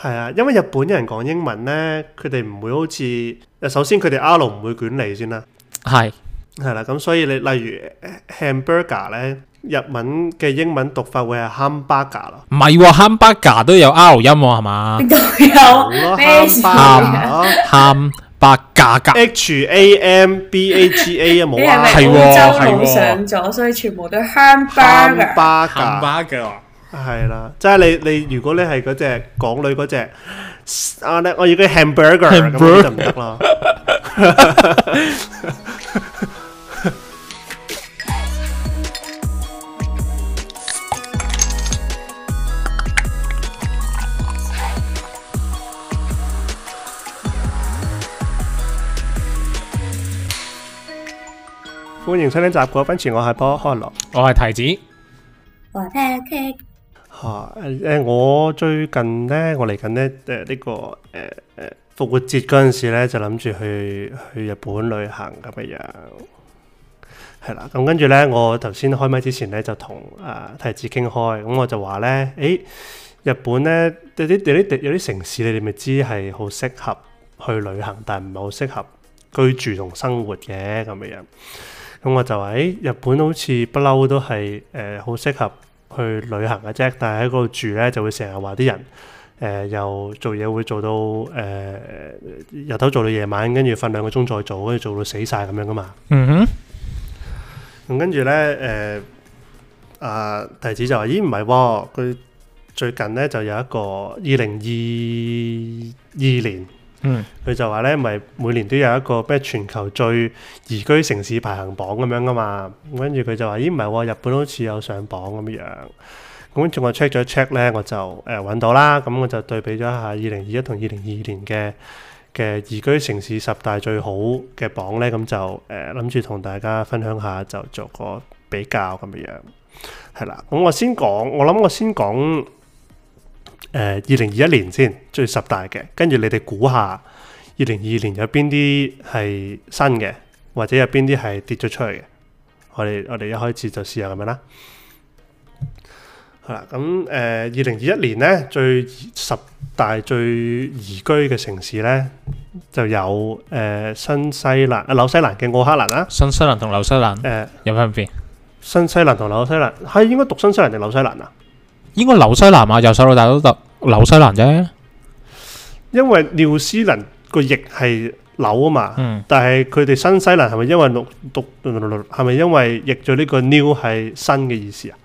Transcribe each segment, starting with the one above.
係啊，因為日本人講英文呢，佢哋唔會好似，首先佢哋 R 唔會捲你先啦，係係啦，咁所以你例如呃 hamburger 呢，日文嘅英文讀法會係 hamburger 咯，唔係喎？hamburger 都有 R 音喎，係嘛好咯有咩事，hamburger 咯？hamburger 格，H A M B A G A 啊你冇係啊咪係喎澳洲係佬喎上咗，所以全部都 hamburger？ ，hamburger。 hamburger 係啦，即係你你如果你係嗰只港女嗰只啊，你我要佢 hamburger 咁樣就唔得啦。歡迎收聽《雜果奔馳》，我係波開樂。我係提子，我係 pancake，嚇誒誒，我最近咧，我嚟緊咧誒呢個誒誒復活節嗰陣時咧，就諗住去去日本旅行咁嘅樣，係啦。咁跟住咧，我頭先開麥之前咧，就同啊提子傾開，咁我就話咧，誒日本咧有啲有啲有啲城市你哋咪知係好適合去旅行，但唔係好適合居住同生活嘅咁嘅樣。咁我就話：，誒、日本好似不嬲都係誒好適合去旅行嘅啫，但係喺嗰度住咧就會成日話啲人誒、呃又做嘢會做到誒、呃由頭做到夜晚，跟住瞓兩個鐘再做，跟住做到死晒咁樣噶嘛。嗯咁跟住咧誒啊提子就話：，咦唔係喎，佢最近咧就有一個二零二二年。哼，嗯佢就話咧，咪每年都有一個咩全球最宜居城市排行榜咁樣噶嘛。咁跟住佢就話：咦，唔係喎，日本好似有上榜咁樣。咁跟住我 check 咗 check 咧，我就誒揾、到啦。咁我就對比咗一下二零二一同二零二二年嘅嘅宜居城市十大最好嘅榜咧，咁就誒諗住同大家分享下，就做個比較咁樣。係啦，咁我先講，我諗我先講誒二零二一年先最十大嘅，跟住你哋估下。二零二二年有邊啲係新嘅，或者有邊啲係跌咗出去嘅？我哋我哋一開始就試下咁樣啦。好啦，咁誒二零二一年咧最十大最宜居嘅城市咧，就有誒、呃新西蘭啊紐西蘭嘅奧克蘭啦，新西蘭同紐西蘭誒、有分別？新西蘭同紐西蘭係應該讀新西蘭定紐西蘭啊？應該紐西蘭啊，由細到大都得紐西蘭啫。因為紐西蘭個譯係紐啊嘛。嗯，但係佢哋新西蘭係咪因為讀讀係咪因為譯咗呢個 new 係新嘅意思啊？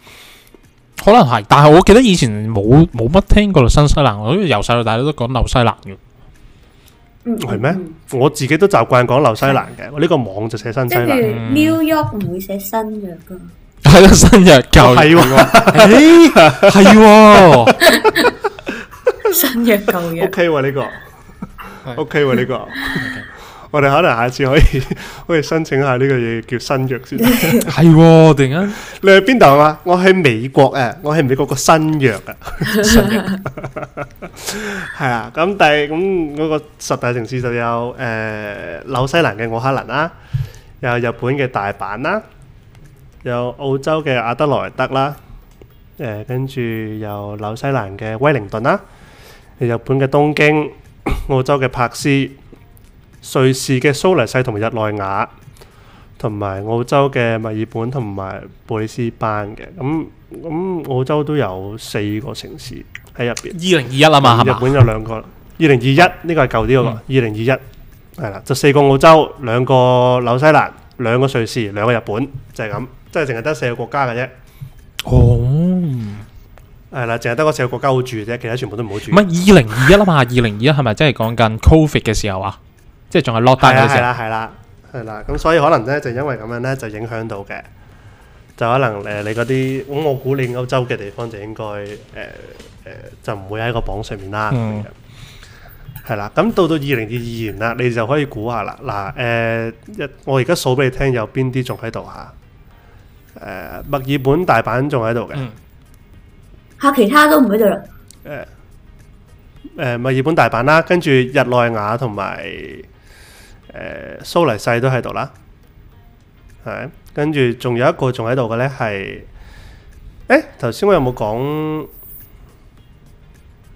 可能係，但係我記得以前冇冇乜聽過新西蘭，我好似由細到大都講紐西蘭嘅。嗯係咩嗯我自己都習慣講紐西蘭嘅，我呢個網就寫新西即係蘭。譬如 New York 唔會寫新約噶，係咯，新約教係喎誒係喎，新約舊約。 ，OK 喎呢個，OK 喎呢 個，我哋可能下次可以 可以申請下呢個嘢叫新約 先。係喎，突然間你去邊度啊？我喺美國啊，我喺美國個新約啊。 係啊，咁但係咁嗰個十大城市就有誒、呃、紐西蘭嘅奧克蘭啦，有日本嘅大阪啦，有澳洲嘅阿德萊德啦，誒、跟住有紐西蘭嘅威靈頓啦，日本嘅東京，澳洲嘅柏斯，瑞士嘅蘇黎世同埋日內瓦。同埋澳洲嘅墨爾本同埋布里斯班嘅，咁咁澳洲都有四個城市喺入邊。二零二一啊嘛，係嗯嗯日嘛？本有兩個，二零二一呢個係舊啲嗰個，二零二一係啦，就四個澳洲，兩個紐西蘭，兩個瑞士，兩個日本，就係、咁，即係淨係得四個國家嘅啫。哦。係啦，淨係得嗰四個國家好住嘅啫，其他全部都唔好住。唔係二零二一啊嘛，二零二一係咪真係講緊 Covid 嘅時候啊？即係仲係係 lockdown 啦係嘅時候。啦係啦係啦，咁所以可能咧就因為咁樣咧就影響到嘅，就可能誒、呃你嗰啲咁我估你歐洲嘅地方就應該誒誒、呃就唔會喺個榜上面啦。咁嗯樣係啦，咁到到二零二二年啦，你就可以估下啦。嗱，誒、呃一我而家數俾你聽，有邊啲仲喺度嚇？誒、墨爾本、大阪仲喺度嘅。誒、嗯嚇，其他都唔喺度啦。呃墨爾本、大阪啦，跟住日內瓦同埋誒蘇黎世都喺度啦。係，跟住仲有一個仲喺度嘅咧係，誒頭先我有冇講？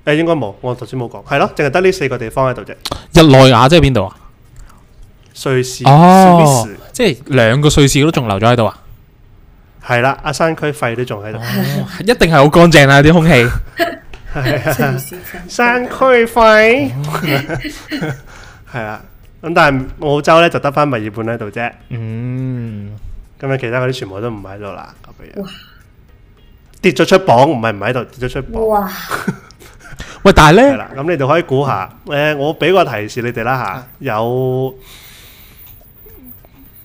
誒應該冇，我頭先冇講，係咯，淨係得呢四個地方喺度啫。日內瓦即係邊度啊？瑞士、哦 Swiss，即係兩個瑞士都仲留咗喺度啊！係啦，阿山區肺都仲喺度。一定係好乾淨啦啲 空氣。瑞士山山區肺 係啦，咁但係澳洲咧就得翻墨爾本喺度啫，嗯，咁樣其他嗰啲全部都唔喺度啦，咁樣。跌咗出榜，唔係唔喺度，跌咗出榜。哇！喂，但係係咧，啦，咁你哋可以估下，誒、我俾個提示你哋啦嚇，有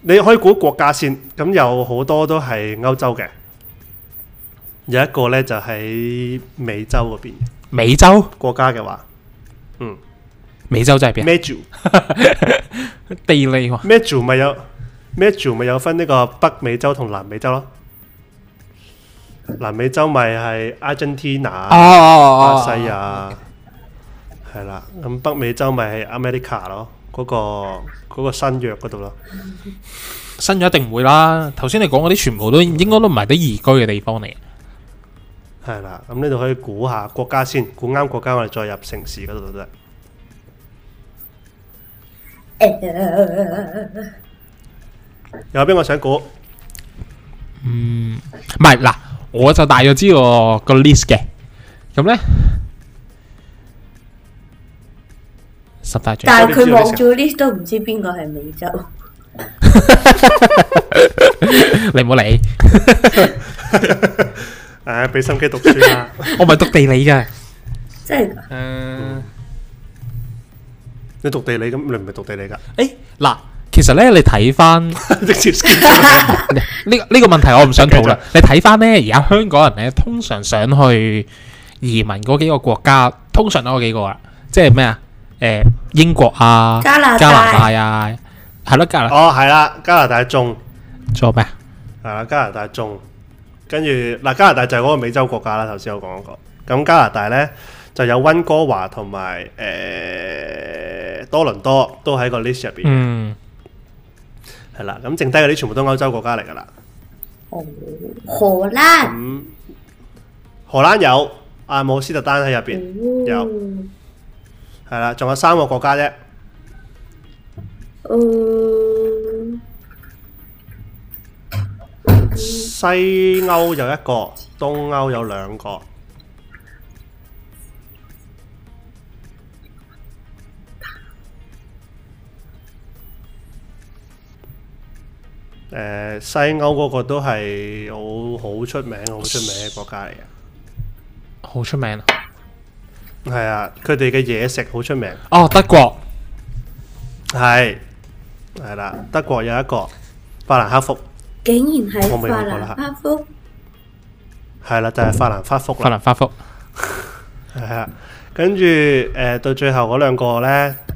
你可以估國家先，咁有好多都係歐洲嘅，有一個呢就喺美洲嗰邊美洲國家嘅話，嗯美洲真係邊 啊？ ，Meju，Meju 地理喎，咪有 Meju 咪有分呢個北美洲同南美洲咯，南美洲咪係 Argentina、啊哦巴哦哦西啊，係啦，咁北美洲咪係 America 咯，嗰、個嗰、個新約嗰度咯，新咗一定唔會啦。頭先你講嗰啲全部都應該都唔係啲宜居嘅地方嚟。係啦，咁呢度可以估下國家先，估啱國家我哋再入城市嗰度都得。誒有邊個想估？唔係嗱，我就大約知道個 list 嘅。咁咧，十大罪但係佢望住 list 都唔知邊個係美洲， 你唔好理，誒、俾心機讀書 啦。我唔係讀地理嘅。真係㗎誒，你讀地理咁，你唔係讀地理㗎， 誒嗱，其實咧，你睇 翻。直接 skip 咗佢呢呢個問題我唔想討繼論續。你睇翻呢，而家香港人呢，通常想去移民嗰幾個國家，通常都嗰幾個啊，即係咩啊？誒、英國啊，加拿大拿大啊，係咯，加拿大哦，係啦，加拿大中，仲有咩啊？係啦，加拿大中，跟住嗱，加拿大就係嗰個美洲國家啦。頭先我講過，咁加拿大呢，就有温哥華同埋誒多倫多都喺個 list 入邊。嗯，係啦，咁剩低嗰啲全部都歐洲國家嚟㗎啦。哦荷蘭咁荷蘭有阿姆斯特丹喺入邊，有哦係啦，仲有三個國家啫。Ừ. 嗯，西歐有一個，東歐有兩個。誒、西歐嗰個都係好好出名、好出名嘅國家嚟嘅，好出名啊！係啊，佢哋嘅嘢食好出名。哦，德國、係係啦，德國有一個法蘭克福，竟然係我未去法過啦蘭克福，係啦，就係、法蘭克福法啦，蘭克福、係啊。跟住誒、呃到最後嗰兩個咧，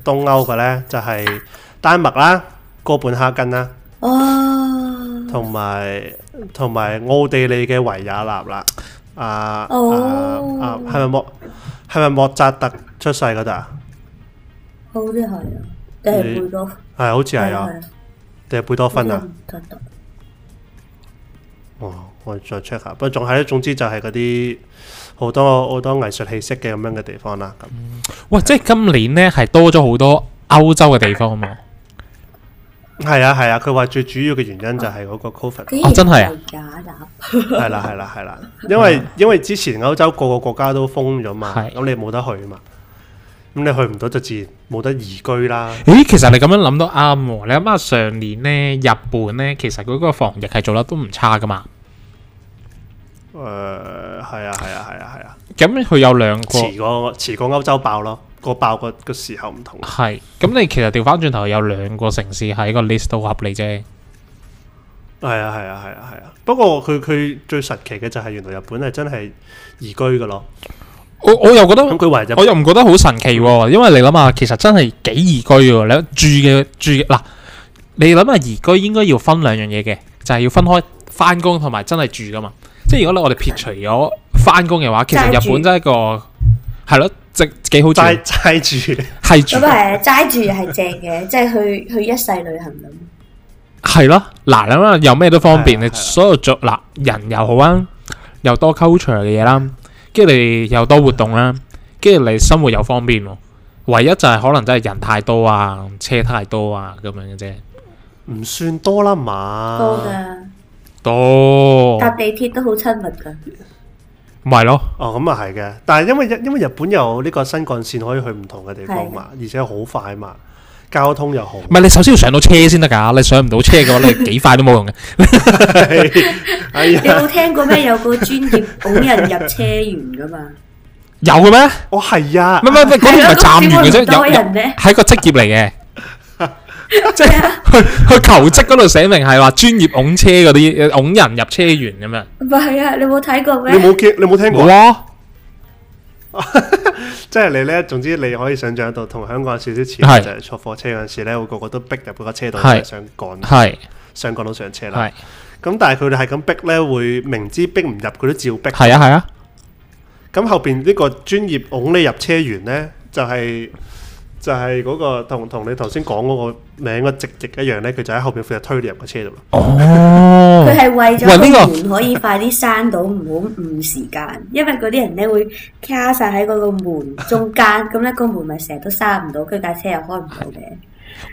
東歐嘅咧就係、丹麥啦、哥本哈根啦，Ờ, 哦，同埋同埋奧地利嘅維也納啦。啊啊哦啊！係咪莫係咪莫扎特出世嗰度啊？好啲係啊，定係貝多芬係好似係啊，啊，定係貝多芬啊？唔得得，哦，我再 check 下，不過仲係咧，總之就係嗰啲好多好多藝術氣息嘅咁樣嘅地方啦。咁喂，即係今年呢，係多咗好多歐洲嘅地方啊嘛。係啊係啊，佢話最主要嘅原因就係嗰個 covid，竟哦然真係啊係假打 係啦係啦係啦，因為因為之前歐洲個個國家都封咗嘛，嗯係咁你冇得去嘛，咁你去唔到就自然冇得移居啦。咦，其實你咁樣諗都啱喎。你諗下上年呢，日本呢，其實嗰個防疫係做得都唔差噶嘛。誒係啊係啊係啊係啊，咁佢有兩個。遲過遲過歐洲爆咯，個爆個個時候唔同。係，咁你其實調翻轉頭有兩個城市喺個 list 度合理啫。係啊係啊係啊係啊，不過佢佢最神奇嘅就係原來日本係真係移居嘅咯，我我又覺得，咁佢唯日我又唔覺得好神奇喎，因為你諗下，其實真係幾宜居喎。你住嘅住嘅嗱，你諗下宜居應該要分兩樣嘢嘅，就係、要分開翻工同埋真係住噶嘛。即係如果我哋撇除咗翻工嘅話，其實齋日住本真係一個係咯，即幾好住，齋齋住。係住咁誒齋住係正嘅，即係去去一世旅行咁。係咯。嗱，你諗下有咩都方便，係啊你係啊所有做嗱人又好啊，又多 culture 嘅嘢啦，跟住你又多活動啦。跟住你生活又方便喎。唯一就係可能真係人太多啊，車太多啊咁樣嘅啫。唔算多啦嘛。多噶，多搭地鐵都好親密噶。咪係咯，哦，咁啊係嘅，但係因為日因為日本有呢個新幹線可以去唔同嘅地方嘛，而且好快嘛，交通又好。唔係你首先要上到車先得㗎。你上唔到車嘅話，你幾快都冇用嘅。哎你有呀，冇聽過咩？有個專業拱人入車員噶嘛？有嘅咩？我係啊唔係，唔係唔係，嗰啲唔係站完嘅係啊咁點解唔啫，多有有人咧係一個職業嚟嘅。 即係去去求職嗰度寫明係話專業拱車嗰啲，呃拱人入車員咁樣。唔係啊，你冇睇過你咩？冇見你冇聽過冇？啊，即係你咧，總之你可以想象到同香港有少少似，就係係坐火車嗰陣時咧，會個個都逼入嗰架車度，係想趕係想趕到上車啦係。咁但係佢哋係咁逼咧，會明知逼唔入，佢都照逼。係啊係啊，咁後邊呢個專業拱你入車員咧，就係、就係、嗰、個同同你頭先講嗰個名個直譯一樣咧，佢就喺後邊負責推你入個車度啦。哦佢，係為咗喂呢個個門可以快啲閂到，唔好誤時間。因為嗰啲人咧會卡晒喺嗰個門中間，咁咧個門咪成日都閂唔到，佢架車又開唔到嘅。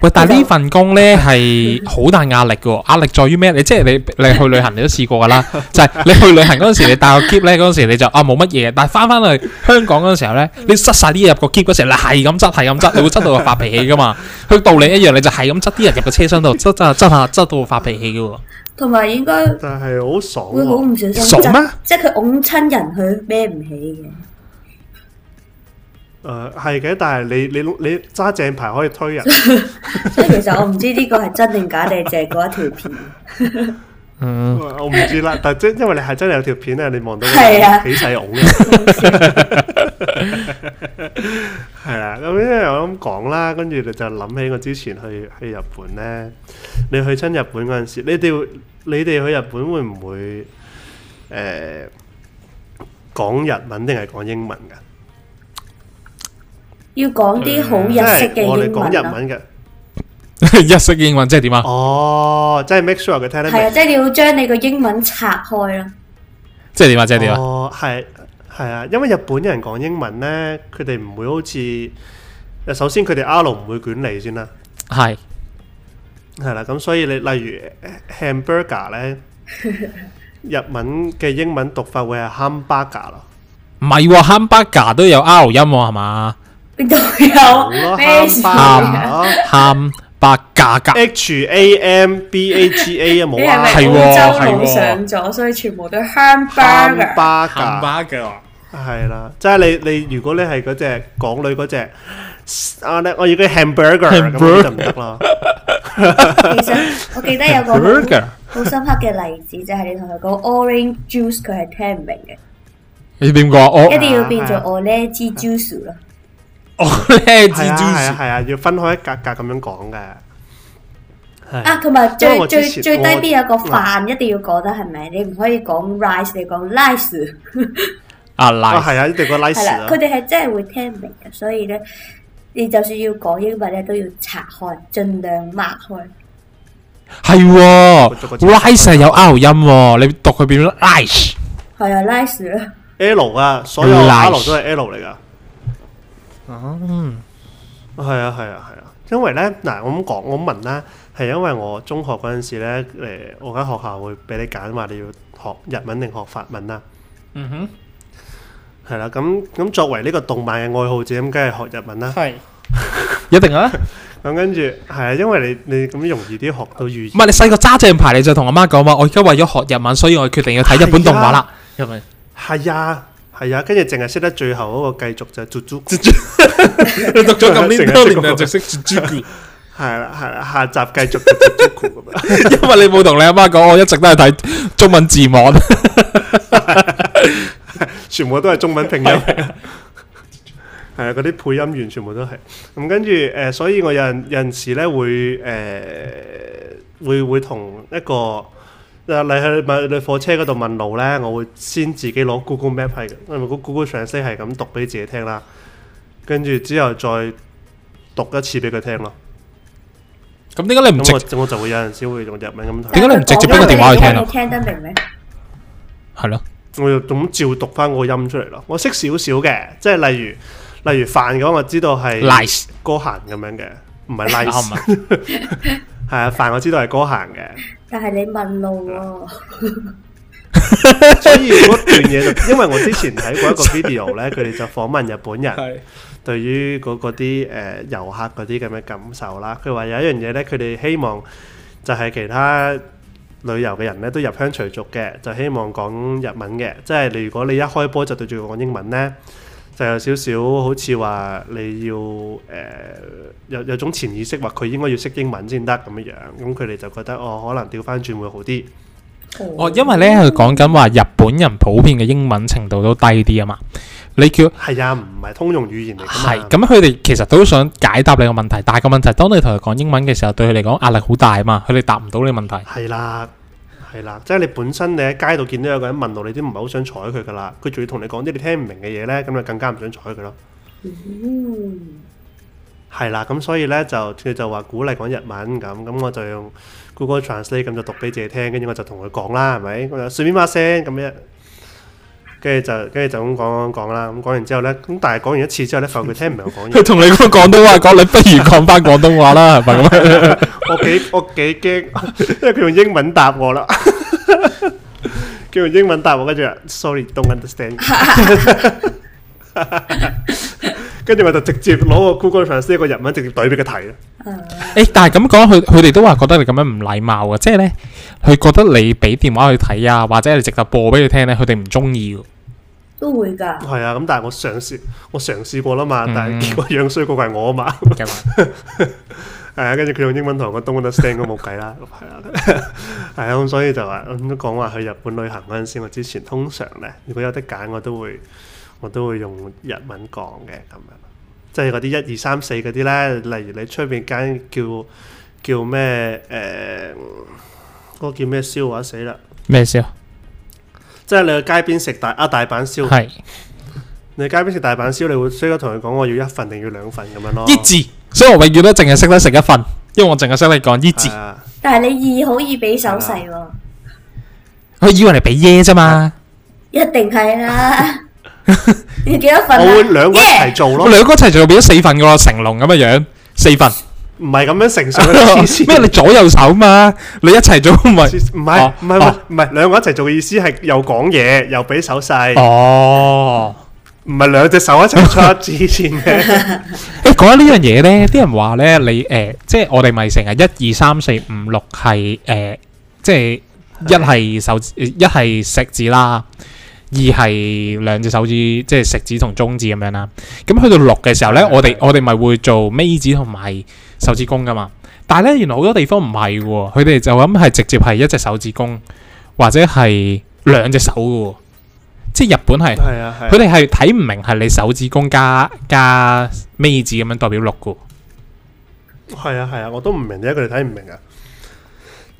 喂，但係呢 份工咧係好大壓力嘅喎，壓力在於咩？你即係你你去旅行你都試過㗎 啦，就係你去旅行嗰陣時，你帶個篋咧嗰陣時你就啊冇乜嘢，但係翻翻去香港嗰陣時候咧，你塞晒啲嘢入個篋嗰時候，你係咁執係咁執，你會執到發脾氣㗎嘛？ 佢道理一樣，你就係咁執啲人入個車廂度，執執執下執到發脾氣㗎喎。同埋應該但係好爽會好喎、唔小心熟咩執，即係佢拱親人，佢孭唔起嘅。誒係嘅，但係你你你揸正牌可以 推人，所以其實我唔知呢個係真定假，定係淨係嗰一條片。嗯，我唔知啦。但即因為你係真係有條片咧，你望到嗰個係啊起勢拱嘅，係啊。咁因為我咁講啦，跟住你就諗起我之前去去日本咧，你去親日本嗰陣時，你哋會你哋去日本會唔會誒、呃、講日文定係講英文㗎？要講啲好日即式嘅係我哋英講文日咯，文嘅。 日式英文即係點啊？哦，即係 make sure 佢聽得明係。啊，即係你要將你個英文拆開咯。即係點啊？即係點啊？哦，係係啊，因為日本人講英文咧，佢哋唔會好似首先佢哋 R 唔會捲脷先啦，係係啦、咁所以你例如 hamburger 咧，日文嘅英文讀法會係 hamburger 咯，唔係喎？Hamburger 都有 R 音喎，係 嘛邊度好有咯咩事，hamburger 啊？咯？Hamburger ，H A M B A G A 啊你冇係啊咪係喎澳洲佬係喎上咗，所以全部都 hamburger？ ，hamburger。 Hamburger 係啦，即係你你如果你係嗰只港女嗰只，啊咧我要佢 hamburger 咁樣就唔得啦。其實我記得有個 Burger 好好深刻嘅例子，就係你同佢講 orange juice，佢係聽唔明嘅，你點講？我一定要變做 orange juice 咯。我咧係啊係蜘啊蛛係啊，要分開一格格咁樣講嘅。係啊，同埋因為最我最之前最低我邊有個飯一定要講得係咪？你唔可以講 rice，你講 rice。啊啊嗱，係啊，一定個係 nice 啊啦，佢。哋係真係會聽唔明嘅，所以咧，你就算要講英文咧，都要拆開，盡量擘開。係喎逐個字，rice 係有 R 音喎，你讀佢變咗 rice，係啊，nice 啦， L 啊，所有 Nice R 都係 L 嚟噶。哦，係啊係啊係啊，因為咧嗱，我咁講，我咁問啦，係因為我中學嗰陣時咧，誒，我間學校會俾你揀話你要學日文定學法文啦。嗯係啦，咁咁作為呢個動漫嘅愛好者，咁梗係學日文啦。係一定啊！咁跟住係啊，因為你你咁容易啲學到語唔言。係你細個揸正牌，你就同阿媽講話，我而家為咗學日文，所以我決定要睇日本動畫啦。咁咪係啊係啊，跟住淨係識得最後嗰個繼續就 j u j u 啊你讀咗咁成年日多識年講就識蜘蛛，係啦係啦，下集繼續就 j u j u 咁樣。因為你冇同你阿媽講，我一直都係睇中文字幕。全部都係中文拼音，係 啊，嗰啲配音員全部都係。咁跟住誒、呃所以我有陣有陣時咧會誒、呃、會會同一個誒你去咪你火車嗰度問路咧，我會先自己攞 Google Map 係，因為 Google Translate 係咁讀俾自己聽啦，跟住之後再讀一次俾佢聽咯。咁點解你唔直？咁我我就會有陣時會用日文咁睇。點解你唔直接俾個電話佢聽啊你聽得明咩？係咯，我就咁照讀翻個音出嚟咯。我識少少嘅，即係例如例如飯嘅話，我知道係 Nice 歌行咁樣嘅，唔 係啊 nice 唔係 係啊，飯我知道係歌行嘅。但係你問路喎，所以嗰段嘢就，因為我之前睇過一個 video 咧，佢哋就訪問日本人係對於嗰嗰啲誒遊客嗰啲咁嘅感受啦。佢話有一樣嘢咧，佢哋希望就係其他旅遊嘅人咧都入鄉隨俗嘅，就希望講日文嘅。即係你如果你一開波就對住我講英文咧，就有少少好似話你要誒、呃有有種潛意識話佢應該要識英文先得咁樣樣。咁佢哋就覺得哦，可能調翻轉會好啲。哦，因為咧佢講緊話日本人普遍嘅英文程度都低啲啊嘛，你叫係啊，唔係通用語言嚟㗎係嘛。咁，佢哋其實都想解答你個問題，但係個問題，當你同佢講英文嘅時候，對佢嚟講壓力好大啊嘛，佢哋答唔到你問題。係啦，係啦，即係你本身你喺街度見到有個人問路，你都唔係好想睬佢噶啦，佢仲要同你講啲你聽唔明嘅嘢咧，咁你更加唔想睬佢咯。嗯係啦，咁所以咧就佢就話鼓勵講日文咁，咁我就用 Google Translate 咁就讀俾自己聽，跟住我就同佢講啦，係咪？我就隨便把聲咁樣，跟住就跟住就咁講講講啦，咁講完之後咧，咁但係講完一次之後咧，發覺佢聽唔明我講嘢。佢 同你講廣東話講，你不如講翻廣東話啦，係咪咁樣？我幾我幾驚，因為佢用英文答我啦。佢用英文答我，跟住話 sorry，don't understand。跟住我就直接攞個 Google Translate 個日文直接對俾佢睇啦。 誒，但係咁講，佢佢哋都話覺得你咁樣唔禮貌嘅，即係咧，佢覺得你俾電話佢睇啊，或者你直頭播俾佢聽咧，佢哋唔中意嘅。都會㗎。係啊，咁但係我嘗試我嘗試過啦嘛，但係結果樣衰嗰個係我啊嘛。咁啊 係啊，跟住佢用英文同我講 don't understand 咁冇計啦。 係啊，係啊，咁所以就話咁都講話去日本旅行嗰陣時，我之前通常咧，如果有得揀，我都會我都會用日文講嘅咁樣，即係嗰啲一二三四嗰啲咧，例如你出邊間叫叫咩誒，嗰、個叫咩燒話死啦，咩事啊？即係你去街邊食大啊大阪燒，係你街邊食大阪燒，你會需要同佢講我要一份定要兩份咁樣咯。一字，所以我永遠都淨係識得食一份，因為我淨係識得講一字係。啊但係你二好易俾手勢喎，佢以為你俾耶啫嘛，一定 係啦。你幾多份啊？我會兩個一齊做咯我。兩個一齊做變咗四份噶咯，成龍咁嘅樣，四份。唔係咁樣成熟嘅黐線 咩？你左右手嘛？你一齊做唔係？唔係哦唔係唔係哦唔係，兩個一齊做嘅意思係又講嘢又俾手勢，哦，唔係兩隻手一齊出黐線 嘅。誒講緊呢樣嘢咧，啲人話咧，你誒、呃即係我哋咪成日一二三四五六係誒，即係一係手指，一係食指啦，二係兩隻手指，即係食指同中指咁樣啦。咁去到六嘅時候咧，係我哋我哋咪會做尾指同埋手指公噶嘛。但係咧，原來好多地方唔係嘅喎，佢哋就咁係直接係一隻手指公或者係兩隻手嘅喎，即係日本係。係啊佢係。哋係睇唔明係你手指公加加尾指咁樣代表六噶，係啊係啊，我都唔明點解佢哋睇唔明啊！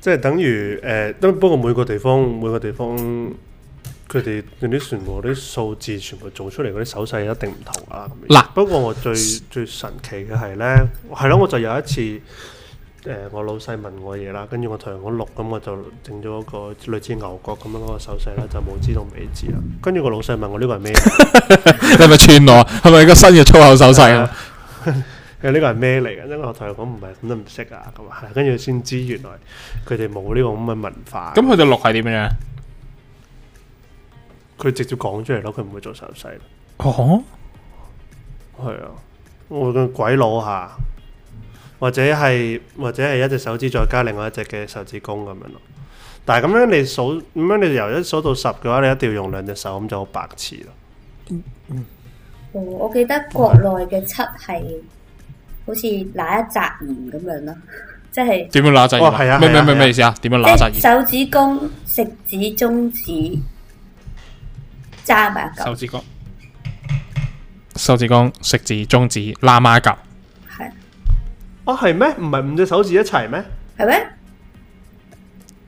即係等於誒，都、不過每個地方每個地方，佢哋嗰啲全部啲數字全部做出嚟嗰啲手勢一定唔同啊！咁樣嗱不過我最最神奇嘅係咧，係咯，我就有一次誒、我老細問我嘢啦，跟住我同佢講六，咁我就整咗一個類似牛角咁樣嗰個手勢啦，就冇知道尾字啦。跟住個老細問我呢個係咩？你係咪串我？係咪個新嘅粗口手勢啊？其實呢個係咩嚟嘅？ 因為我同佢講唔係咁都唔識啊，咁啊，跟住先知原來佢哋冇呢個咁嘅文化。咁佢哋六係點樣？佢直接講出嚟咯，佢唔會做手勢咯。哦，係啊，我嘅鬼佬嚇，或者係或者係一隻手指再加另外一隻嘅手指公咁樣咯。但係咁樣你數咁樣你由一數到十嘅話，你一定要用兩隻手，咁就好白痴咯。哦我記得國內嘅七係好似拿一扎鹽咁樣咯，即係點樣揦扎哦係啊耳？咩係咩啊咩係啊咩意思啊？點樣揦扎即耳？係手指公、食指、中指揸埋一嚿手，指公、手指公、食指、中指、喇嘛嚿，係哦，係咩？唔係五隻手指一齊咩？係咩？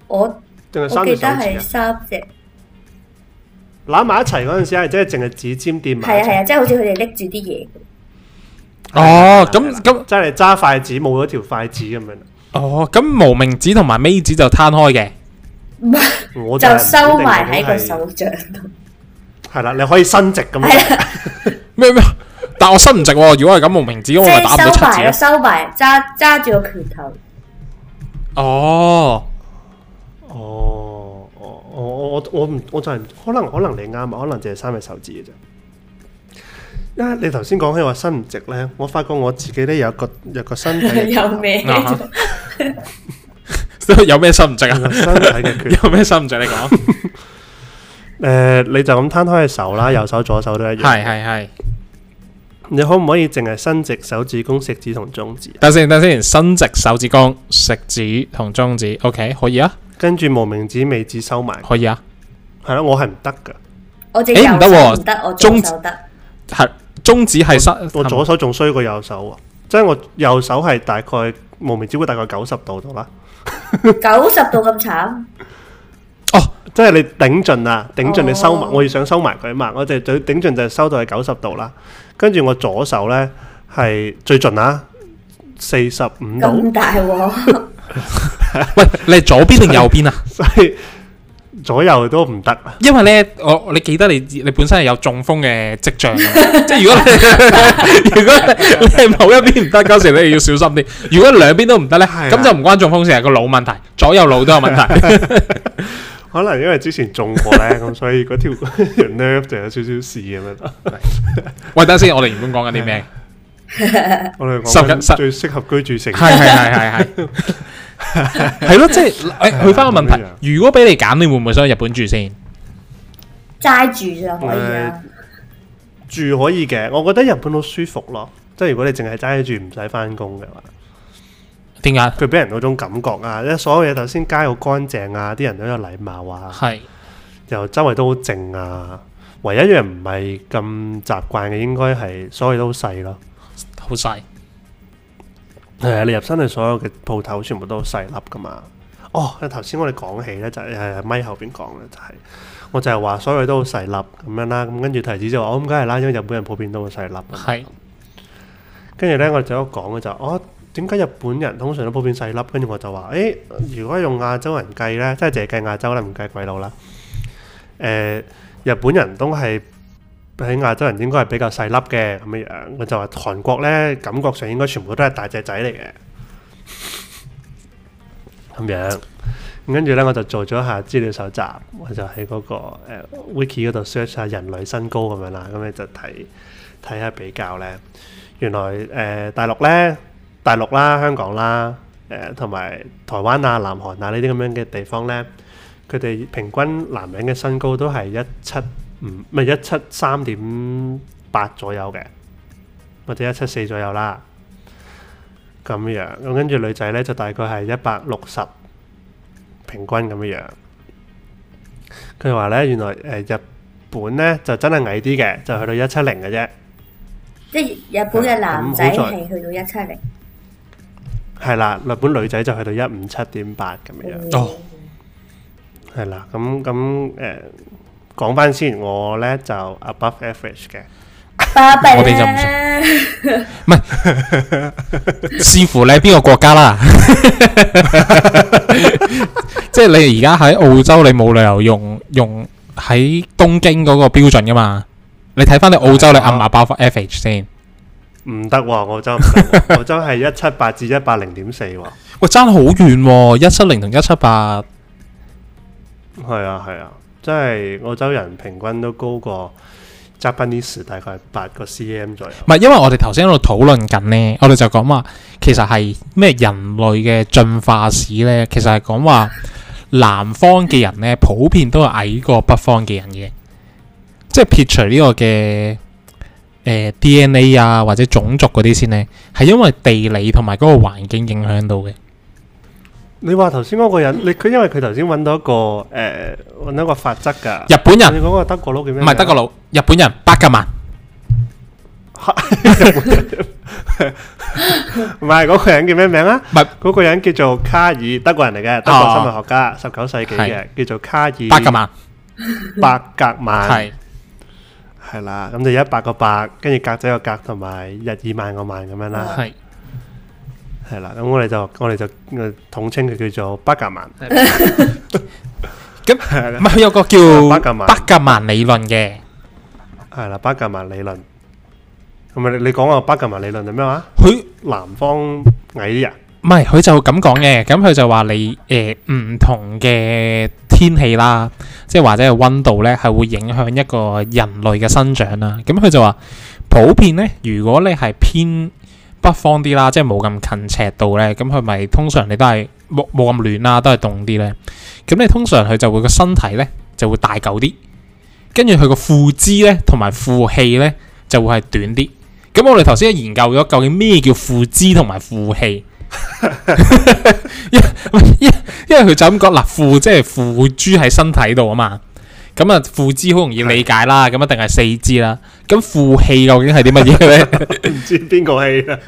我定係我三記隻得手指係啊？三隻，攬埋一齊嗰陣時係即係淨係指尖掂埋係一啊齊。係啊，即係好似佢哋拎住啲嘢，哦，係咁啦咁，即係你揸筷子冇咗條筷子咁樣。哦，咁無名指同埋尾指就攤開嘅，唔我就收埋喺個手掌度。系啦，你可以伸直咁 樣，係啦，咩咩？但我身唔直喎，如果係咁無名指，我即咪係打唔到收七字埋咯啦，。收埋，揸揸住個拳頭。哦，哦，哦哦我我我唔我就係可能可能你啱啊，可能淨係三隻手指嘅啫。因為你頭先講起話伸唔直咧，我發覺我自己咧有個有個身體嘅 有咩？啊哈 有咩身唔直啊有？個身體嘅缺陷。 有咩身唔直？你講。誒、你就咁攤開隻手啦，右手左手都一樣。 嗯係係係。你可唔可以淨係伸直手指公、食指同中指？啊等先等先，伸直手指公、食指同中指，OK，可以啊，跟住無名指、尾指收埋。可以啊，係啦，我係唔得㗎。我隻欸右唔得手喎唔得，我中左手得。係中指係伸，我左手仲衰過右手喎，即係我右手係大概無名指會大概九十度度啦，九十度咁慘，哦，即係你頂盡啦，頂盡你收埋，哦我要想收埋佢啊嘛，我就最頂盡就係收到係九十度啦，跟住我左手呢係最盡啦，四十五度，咁 大鑊，喂，你係左邊定右邊啊？ 所以左右都唔得，啊因為咧，我你記得你你本身係有中風嘅跡象㗎 嘛，即係如果你 如果你你係某一邊唔得嗰時，你要小心啲。如果兩邊都唔得咧，係啊咁就唔關中風事，係個腦問題，左右腦都有問 題。可能因為之前中過呢， 咁所以嗰條 nerve 就有少少事咁樣。喂，等陣先，我哋原本講緊啲咩？我哋十講緊日十最適合居住城市係係係係 係，係咯，即係誒，去翻個問咁題，如果俾你揀，你會唔會想去日本住先？齋住就可以啦。住可以嘅，我覺得日本好舒服咯，即係如果你淨係齋住唔使翻工嘅話。點解？佢俾人嗰種感覺啊，即係所有嘢頭先街好乾淨啊，啲人都有禮貌啊，係又周圍都好靜啊。唯一一樣唔係咁習慣嘅，應該係所有嘢都好細咯。好細。係啊，你入身去所有嘅鋪頭，全部都好細粒噶嘛。哦，頭先我哋講起咧，就係係咪後邊講咧，就係、我就係話所有嘢都好細粒咁樣啦。咁跟住提子就話：我哦咁梗係啦，因為日本人普遍都好細粒。係跟住咧，我就有講嘅就我點解日本人通常都普遍細粒？跟住我就話：誒、如果用亞洲人計咧，即係淨係計亞洲啦，唔計鬼佬啦。誒、日本人都係喺亞洲人應該係比較細粒嘅咁樣樣。我就話韓國咧，感覺上應該全部都係大隻仔嚟嘅咁樣。咁跟住咧，我就做咗下資料搜集，我就喺嗰、個、呃、wiki 嗰度 search 下人類身高咁樣啦，咁你就睇睇下比較咧。原來誒、呃大陸咧，大陸啦、香港啦、誒同埋台灣啊、南韓啊呢啲咁樣嘅地方咧，佢哋平均男人嘅身高都係一七五，唔係一七三點八左右嘅，或者一七四左右啦。咁樣咁跟住女仔咧就大概係一百六十平均咁樣樣。佢話咧，原來誒、呃日本咧就真係矮啲嘅，就去到一七零嘅啫。即係日本嘅男仔咁好在係去到一七零。係啦，日本女仔就去到一五七點八咁樣，哦，係啦，咁咁誒講翻先，我咧就 above average 嘅，巴閉我哋就唔咧，視乎你喺邊個國家 啦。即係你而家喺澳洲，你冇理由用用喺東京嗰個標準噶嘛？你睇翻你澳洲，你暗碼爆發 FH 先。唔得喎，澳洲唔得喎，澳洲係一七八至一八零點四喎，喂，爭好遠喎！一七零同一七八，係啊係啊，即係澳洲人平均都高過 Japanese 大概八個 cm 左右，唔係因為我哋頭先喺度討論緊呢，我哋就講話其實係咩人類嘅進化史呢？其實係講話南方嘅人呢，普遍都係矮過北方嘅人嘅，即係撇除呢個嘅誒、呃 DNA 啊或者種族嗰啲先呢，係因為地理同埋嗰個環境影響到嘅。你話頭先嗰個人，你佢因為佢頭先揾到一個誒揾到一個法則㗎，日本人你講個德國佬叫咩？啊唔係德國佬，日本人巴格曼 唔係嗰個人叫咩名啊？唔係啊嗰個人叫做卡爾，德國人嚟嘅，德國生物學家，十九世紀嘅，叫做卡爾巴格曼伯格曼，係係啦，咁就一百個百，跟住格仔個格同埋日耳曼個曼咁樣啦，係係啦，咁我哋就我哋就呃統稱佢叫做巴格曼，唔 係佢有個叫巴格曼巴格曼理論嘅，係啦，巴格曼理論。係咪你你講個巴格曼理論係咩話？佢南方矮啲人，唔係，佢就咁講嘅，咁佢就話你誒唔、同嘅天氣啦，即係或者係温度咧，係會影響一個人類嘅生長啦。咁佢就話普遍咧，如果你係偏北方啲啦，即係冇咁近赤道咧，咁佢咪通常你都係冇冇咁暖啦，都係凍啲咧。咁你通常佢就會個身體咧就會大嚿啲，跟住佢個褲肢咧同埋褲氣咧就會係短啲。咁我哋頭先都研究咗究竟咩叫褲肢同埋褲氣。因因因為佢就咁講嗱，褲即係付諸喺身體度啊嘛，咁啊付肢好容易理解啦，咁一定係四肢啦。咁負氣究竟係啲乜嘢咧？唔知邊個戲 啦。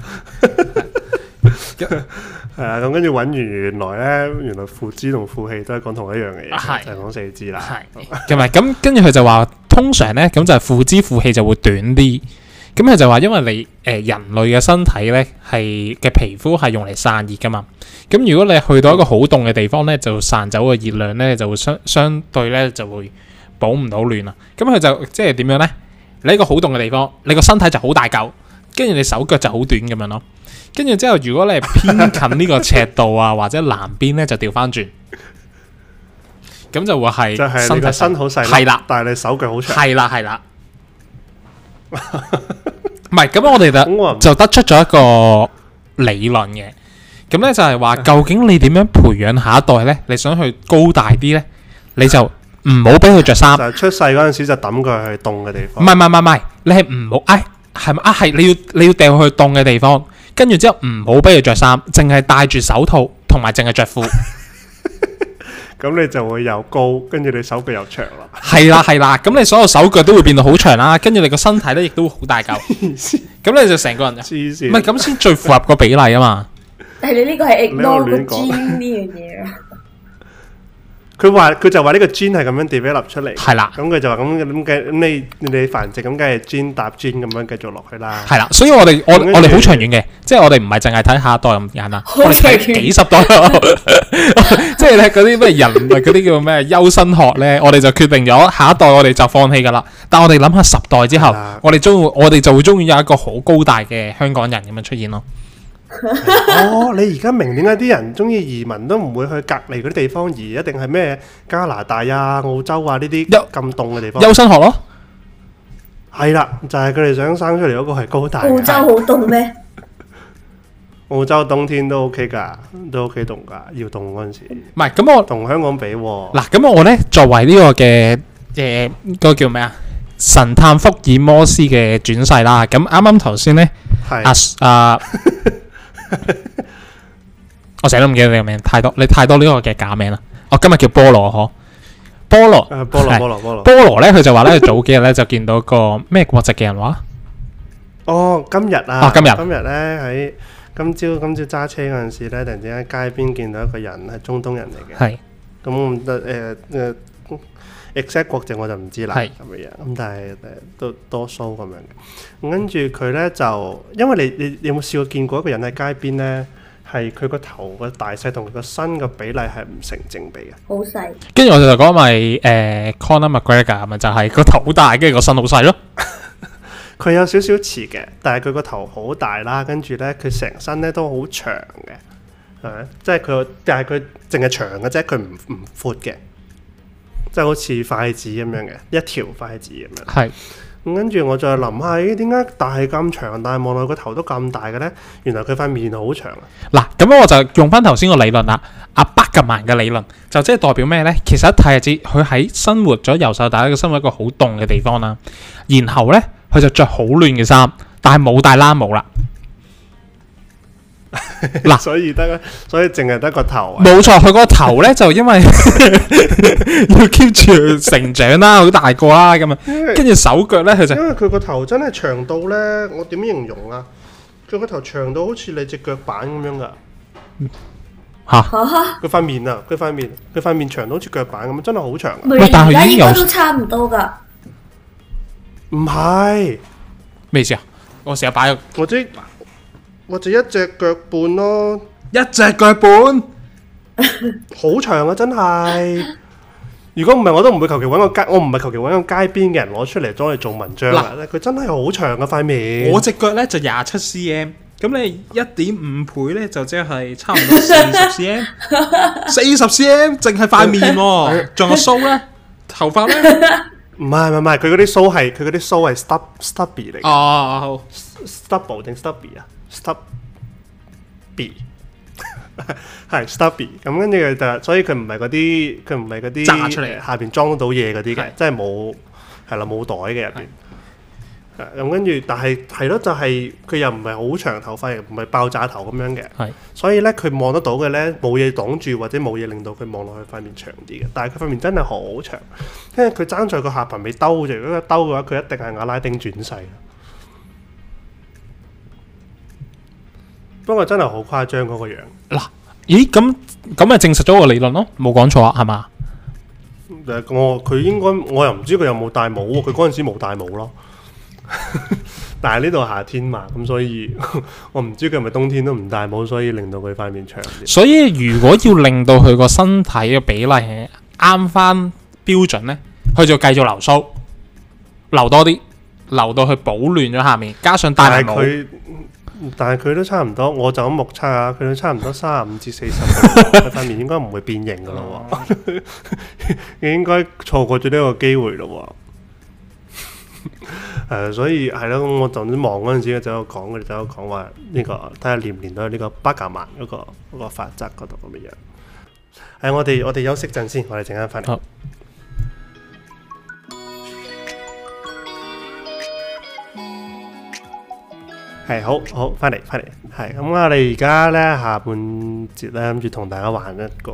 係啊，咁跟住揾完原來咧，原來負資同負氣都係講同一樣嘅嘢，係就係講四肢啦。係，咁咪咁跟住佢就話，通常咧咁就係負肢負氣就會短啲。咁佢就話，因為你誒、呃人類嘅身體咧係嘅皮膚係用嚟散熱噶嘛。咁如果你去到一個好凍嘅地方咧，就散走嘅熱量咧就會相相對咧就會保唔到暖啦。啊咁佢就即係點樣咧？你喺一個好凍嘅地方，你個身體就好大嚿，跟住你手腳就好短咁樣咯。跟住之後，如果你係偏近呢個赤道啊 或者南邊咧，就調翻轉，咁就會係就係你個身好細，係啦，但係你手腳好長。係啦，係啦。唔係，咁我哋就咁我唔就得出咗一個理論嘅。咁咧就係啊話，究竟你點樣培養下一代咧？你想去高大啲咧，你就唔好俾佢着衫。就出世嗰陣時就抌佢去凍嘅地唔方。係唔係唔係唔係，你係唔好，唉，係咪啊？係你要你要掉佢去凍嘅地方，跟住之後唔好俾佢着衫，淨係戴住手套同埋淨係着褲。咁你就會又高，跟住你手腳又長 啦。係啦係啦，咁你所有手腳都會變到好長啦，跟住你個身體咧亦都會好大嚿，咁你就成個黐人唔線，係咁先最符合個比例啊嘛。但係你呢個係 ignore 你個喺度亂講 gene 呢樣嘢啊，佢話佢就話呢個 gene 係咁樣 develop 出嚟，係啦咁佢就話咁咁嘅咁你你繁殖咁梗係 gene 搭 gene 咁樣繼續落去啦。係啦，所以我哋我咁跟住我哋好長遠嘅，即係我哋唔係淨係睇下一代咁簡單，好我哋睇長遠幾十代咯。 即係咧嗰啲咩人類嗰啲叫咩優生學咧，我哋就決定咗下一代我哋就放棄噶啦。但我哋諗下十代之係後啦，我哋終會我哋就會終於有一個好高大嘅香港人咁樣出現咯。哦，你而家明點解啲人中意移民都唔會去隔離嗰啲地方，而一定係咩加拿大啊、澳洲啊呢啲有咁凍嘅地方？優生學咯，係啦，就係佢哋想生出嚟嗰個係高大嘅。澳洲好凍咩？澳洲冬天都 OK 㗎，都 OK 凍㗎，要凍嗰陣時唔係咁我同香港比喎。嗱，咁我咧作為呢個嘅誒嗰個叫咩啊？神探福爾摩斯嘅轉世啦，咁啱啱頭先咧，阿係啊， 我成日都唔記得你個名，太多你太多呢個嘅假名啦。我今日叫菠蘿嗬，菠蘿誒啊菠蘿係菠蘿菠蘿。菠蘿咧，佢就話咧，早幾日咧就見到個咩國籍嘅人話，哦，今日啊，哦今日今日咧喺今朝今朝揸車嗰陣時咧，突然之間街邊見到一個人係中東人嚟嘅，係咁我得誒誒 exact 國籍我就唔知啦，係咁樣咁但係誒都多數咁樣嘅，咁跟住佢咧就因為你你你有冇試過見過一個人喺街邊咧，係佢個頭個大細同佢個身個比例係唔成正比嘅，好細，跟住我就講咪誒 Conor McGregor 咪就係個頭好大，跟住個身好細咯。佢有少少似嘅，但係佢個頭好大啦，跟住咧佢成身咧都好長嘅，係咪？即係佢，但係佢淨係長嘅啫，佢唔唔闊嘅，即係好似筷子咁樣嘅一條筷子咁樣。係咁跟住我再諗下，咦？點解大咁長，但係望落個頭都咁大嘅咧？原來佢塊面好長啊！嗱，咁我就用翻頭先個理論啦，阿伯格曼嘅理論就即係代表咩呢？其實一睇就知佢喺生活咗由細到大嘅生活一個好凍嘅地方啦，然後呢，佢就着好暖嘅衫，但係冇戴冷帽啦，嗱所以得，所以淨係得個頭啊！冇錯，佢個頭呢，就因為 要 keep 住成長啦，好大個啦咁啊，因為跟住手腳呢，佢就 因為佢個頭真係長到咧，我點形容啊？佢個頭長到好似你隻腳板咁樣㗎。吓。佢塊面啊，佢塊面，佢塊面長到好似腳板咁，真係好長啊。咪喂但係而家已經有應該都差唔多㗎。唔係，咩意思啊？我成日擺個或者或者一隻腳半咯，一隻腳本。好長啊，真係。如果唔係，我都唔會求其揾個街，我唔係求其揾個街邊嘅人攞出嚟裝嚟做文章啦。佢真係好長嘅塊面，我只腳咧就廿七 cm，咁你一點五倍咧就即係差唔多四十 cm，四十 cm 淨 係塊面喎，仲有須咧，頭髮咧，唔係唔係唔係，佢嗰啲須係佢嗰啲須係 stub stubby 嚟嘅哦， ，stubble 定 stubby 啊，stubby 係 stubby。咁跟住佢就，所以佢唔係嗰啲，佢唔係嗰啲炸出嚟下邊裝到嘢嗰啲係嘅，即係冇係啦冇袋嘅入邊。誒咁跟住，但係係咯，就係、佢又唔係好長頭髮，又唔係爆炸頭咁樣嘅。係所以咧，佢望得到嘅咧，冇嘢擋住或者冇嘢令到佢望落去塊面長啲嘅。但係佢塊面真係好長，因為佢爭在個下巴未兜住。如果佢兜嘅話，佢一定係阿拉丁轉世啦。不過真係好誇張嗰個樣，嗱，咦咁咁咪證實咗個理論咯，冇講錯啊，係嘛？誒我佢應該我又唔知佢有冇戴帽啊喎。佢嗰陣時冇戴帽咯。但係呢度夏天嘛，咁所以 我唔知佢係咪冬天都唔戴帽，所以令到佢塊面長啲。所以如果要令到佢個身體嘅比例啱翻標準咧，佢就繼續留須，留多啲，留到佢保暖咗下面，加上戴但埋係帽。佢，但係佢都差唔多，我就咁目測下，佢都差唔多三十五至四十，佢塊面應該唔會變形噶咯喎， 應該錯過咗呢個機會咯喎。 誒，所以係咯，咁我頭先望嗰陣時，就有講佢哋就有講話呢個睇下連唔連到呢個巴格曼嗰個嗰個法則嗰度咁樣。誒，我哋我哋休息陣先，我哋陣間翻嚟。好係好好翻嚟翻嚟，係咁我哋而家咧下半節咧諗住同大家玩一個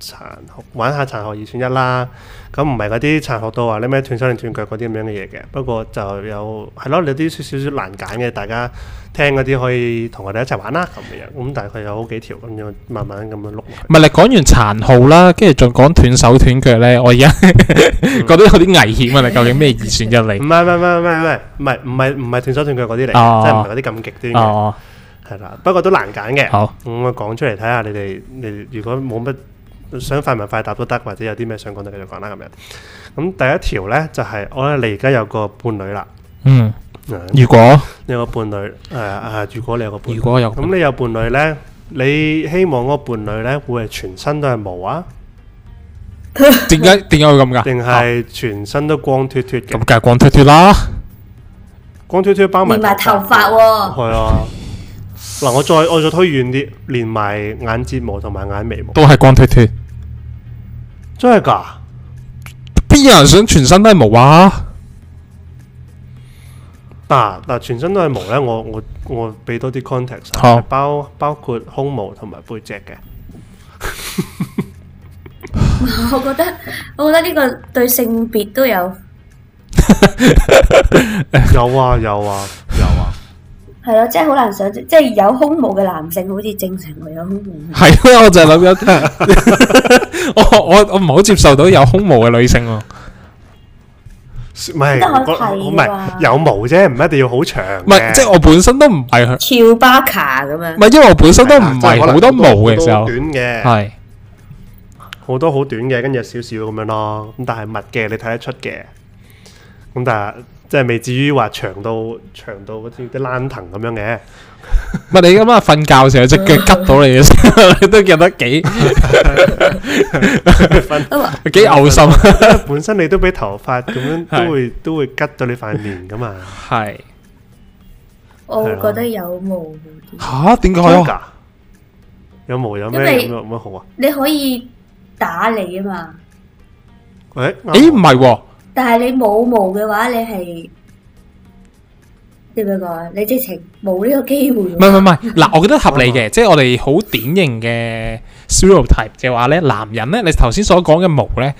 殘酷，玩下殘酷二選一啦。咁唔係嗰啲殘酷到話你咩斷手定斷腳嗰啲咁樣嘅嘢嘅，不過就有係咯，有啲少少少難揀嘅，大家聽嗰啲可以同我哋一齊玩啦咁樣。咁大概有好幾條咁哦樣，慢慢咁樣碌落去。唔係你講完殘酷啦，跟住仲講斷手斷腳咧，我而家 覺得有啲危險啊！你究竟咩二選一唔嚟？係唔係唔係唔係唔係唔係唔係斷手斷腳嗰啲嚟哦嘅，即係唔係嗰啲咁極端嘅，哦，係啦。不過都難揀嘅。好，咁我講出嚟睇下你哋，你哋如果冇乜想快問快答都得，或者有啲咩想講就繼續講啦咁樣。咁第一條咧就係、我咧，你而家有個伴侶啦，嗯，嗯如果你有個伴侶，誒、啊，如果你有個伴如侶，果有咁你有伴侶咧，你希望嗰個伴侶咧會係全身都係毛啊，點解點解會咁噶？定係全身都光脱脱嘅啊哦咁？梗係光脱脱啦，光脱脱包埋連埋頭喎，髮喎，係啊。嗱，我再我再推遠啲，連埋眼睫毛同埋眼眉毛，都係光脱脱。真係㗎？邊有人想全身都係毛啊？ 嗱嗱，全身都係毛咧，我我我俾多啲 context，啊好包包括胸毛同埋背脊嘅。 我覺得我覺得呢個對性別都有有啊有啊有啊，係咯，即係好難想像，即係有胸毛嘅男性好似正常過有胸毛。係啊，我就係諗緊，我我我唔好接受到有胸毛嘅女性喎。唔係得嗰我提唔㗎係嘛有毛啫，唔一定要好長嘅。唔係，即係我本身都唔係佢，超巴卡咁唔樣，係因為我本身都係啦啊唔即係可係能好多毛嘅時好候，短嘅，係好多好短嘅，跟住有少少咁樣咯。咁但係密嘅，你睇得出嘅。咁但係即係未至於話長到長到好似啲躝藤咁樣嘅。唔係你咁啊？瞓覺嘅時候隻腳拮到你嘅時候，你都覺得幾 都話幾嘔心。 本身你都俾頭髮咁樣係都會都會拮到你塊面噶嘛。係我會覺得有毛會啲。吓？點解真啊？㗎？有毛有咩因為咁樣咁樣好啊？你可以打理啊嘛，誒咦，唔係喎，但係你冇毛嘅話，你係點樣講啊？你直情冇呢個機會唔係唔係唔係，嗱，我覺得合理嘅，即係我哋好典型嘅 stereotype 嘅話咧，男人咧，你頭先所講嘅毛咧，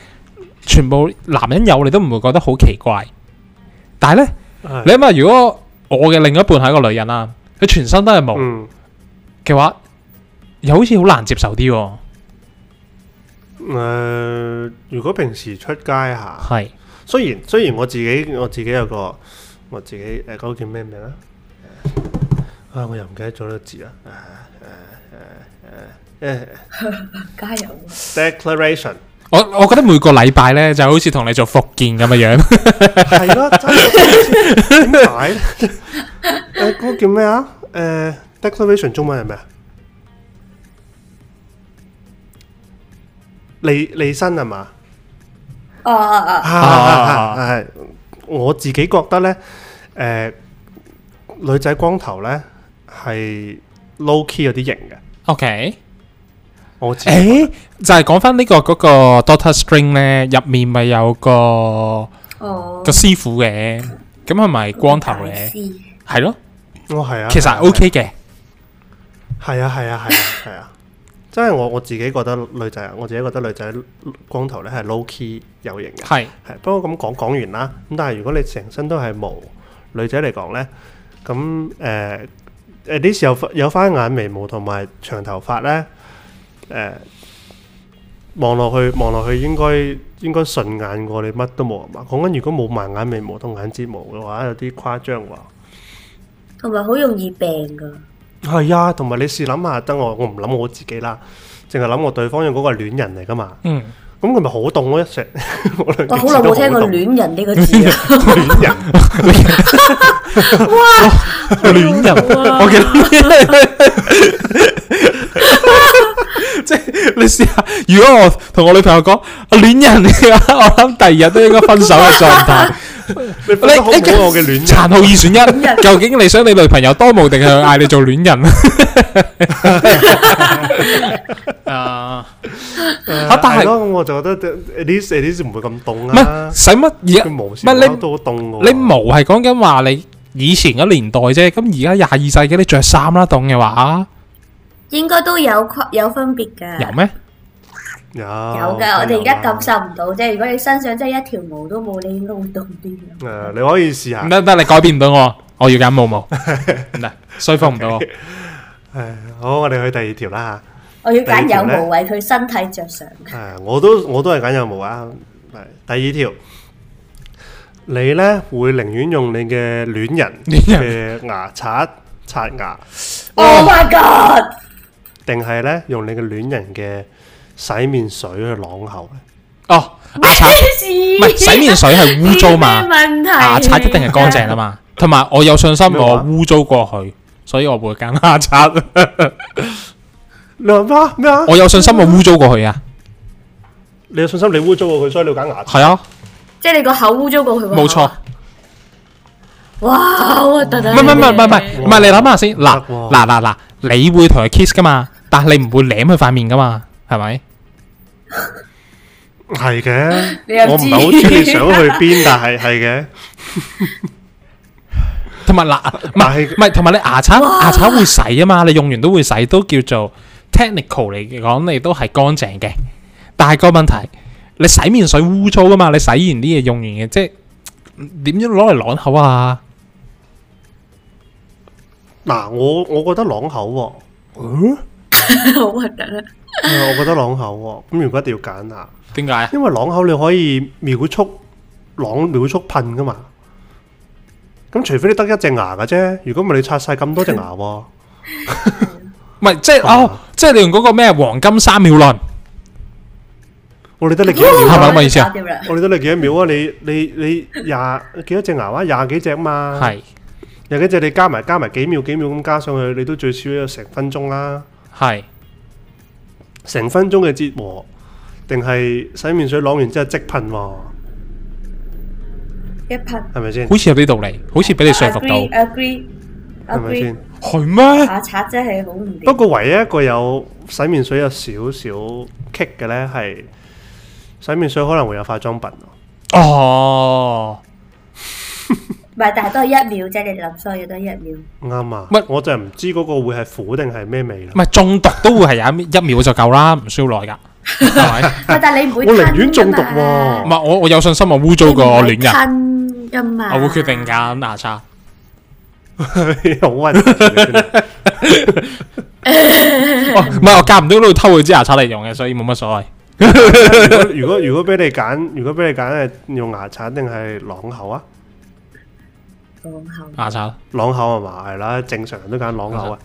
全部男人有你都唔會覺得好奇怪，但係咧。啊係你諗下，如果我嘅另一半係一個女人啦，佢全身都係毛嗯嘅話，又好似好難接受啲喎。誒、如果平時出街行，係雖然雖然我自己我自己有個我自己誒嗰、個叫咩名啊？啊，我又唔記得咗呢個字啊啦。加油！ declaration 我我覺得每個禮拜咧就好似同你做復健咁嘅樣，係咯，真係點解咧？誒，嗰個叫咩啊？誒，declaration 中文係咩啊？利利申係嘛？哦哦啊啊，係我自己覺得咧，誒、女仔光頭咧係 low key 有啲型嘅， OK，我自己覺得誒就係講翻呢個嗰個 Doctor String 咧，入面咪有個哦哦，個師傅嘅，咁係咪光頭大嘅？師係咯，哦係啊，其實係啊係 OK 嘅，係啊係啊係啊係啊，真係我我自己覺得女仔，我自己覺得女仔光頭咧係 low key 有型嘅，係係不過咁講講完啦，咁但係如果你成身都係毛，女仔嚟講咧，咁誒誒呢時候有翻眼眉毛同埋長頭髮咧，誒望落去望落去應該應該順眼過你乜都冇啊嘛，講緊如果冇埋眼眉毛同眼睫毛嘅話，有啲誇張喎。同埋好容易病噶，係啊，同埋你試諗下，等我我唔諗我自己啦，淨係諗我對方，因為嗰個係戀人嚟噶嘛，嗯。咁佢咪好凍咯一成， 我兩我件好事耐都冇聽過凍戀人呢個字啊， 戀人，戀人， 我記得 即係你試下，如果我同我女朋友講我戀人嘅話，我諗第二日都應該分手嘅狀態。你分得好唔好我嘅戀人？殘酷二選人一，究竟你想你女朋友多毛定係嗌你做戀人？ 啊，嚇但係係咯，咁我就覺得 at least at least 唔會咁凍唔啊係，使乜而家佢毛唔係你線都好凍喎。你毛係講緊話你以前嗰年代啫，咁而家廿二世紀你着衫啦，凍啊嘅話應該都有區有分別噶。有咩？有有梗係噶，我哋而家有啦感受唔到啫。如果你身上真係一條毛都冇，你應該會凍啲嘅。誒，你可以試下唔。得唔得，你改變唔到我，我要揀 毛毛，唔得，說服唔到我。誒，好，我哋去第二條啦我要揀第二條有呢毛為佢身體着想。嚇。誒，我都我都係揀有毛啊。係第二條，你咧會寧願用你嘅戀戀人嘅牙刷刷牙， Oh my god！定係咧用你嘅戀人嘅洗面水去啷口咧？哦，牙刷唔係洗面水係污糟 嘛呢，啲咩問題牙刷一定係乾淨啊嘛。同埋我有信心咩話我污糟過佢，所以我會揀牙刷。你話咩啊咩啊？我有信心我污糟過佢啊，你有信心你污糟過佢，所以你要揀牙刷。係啊，即係你個口污糟過佢個口冇錯。啊。哇！好核突唔係唔係唔係唔係啊唔係，你諗下先，嗱得喎嗱嗱嗱，你會同佢 kiss 噶嘛？但係你唔會舐佢塊面噶嘛？係咪？係嘅，你又知我唔係好知你想去邊，但係 係嘅。同埋嗱，唔但係係唔係，同埋你牙刷牙刷會洗啊嘛？你用完都會洗，都叫做 technical 嚟講，你都係乾淨嘅。但係個問題，你洗面水污糟噶嘛？你洗完啲嘢用完嘅，即係點樣攞嚟啷口啊？嗱，我我覺得朗口喎、嗯好核突啊！我覺得朗口喎、咁如果一定要揀下，點解？啊因為朗口你可以秒速朗秒速噴噶嘛。咁除非你得一隻牙嘅啫，如果唔係你刷晒咁多隻牙喎、唔係即係哦，即係你用嗰個咩黃金三秒論，我理得你幾 多秒係咪啊咁？嘅意思啊搞掂啦我理得你幾多秒啊？你你你廿幾多隻牙啊？廿幾隻嘛？係廿幾隻你加埋加埋幾秒幾秒咁加上去，你都最少有成分鐘啦。係成分鐘嘅折磨，定係洗面水攞完之後即噴喎，一拍。係咪先？好似有啲道理，好似俾你說服到 Agree，，agree，係咪 agree。先？係咩？牙刷真係好唔掂。不過唯一一個有洗面水有少少棘嘅呢，係洗面水可能會有化妝品咯。哦，唔係，但係都係一秒啫。你諗所有嘢都係一 秒。啱啊乜！我就係唔知嗰個會係苦定係咩味啦唔。係中毒都會係有一一秒就夠啦，唔需要耐噶，係咪？ 喂但係你唔會我吞寧願中毒㗎嘛唔喎係我我有信心我污糟過我戀人，人。吞㗎嘛。我會決定。揀牙刷。好核突！啊哦唔係我間唔中都會偷佢支牙刷嚟用嘅，所以冇乜所謂。如果如果俾你揀，如果俾你揀係用牙刷定係啷口啊？往後。牙刷啷 口係嘛？係啦，正常人都揀啷口啊。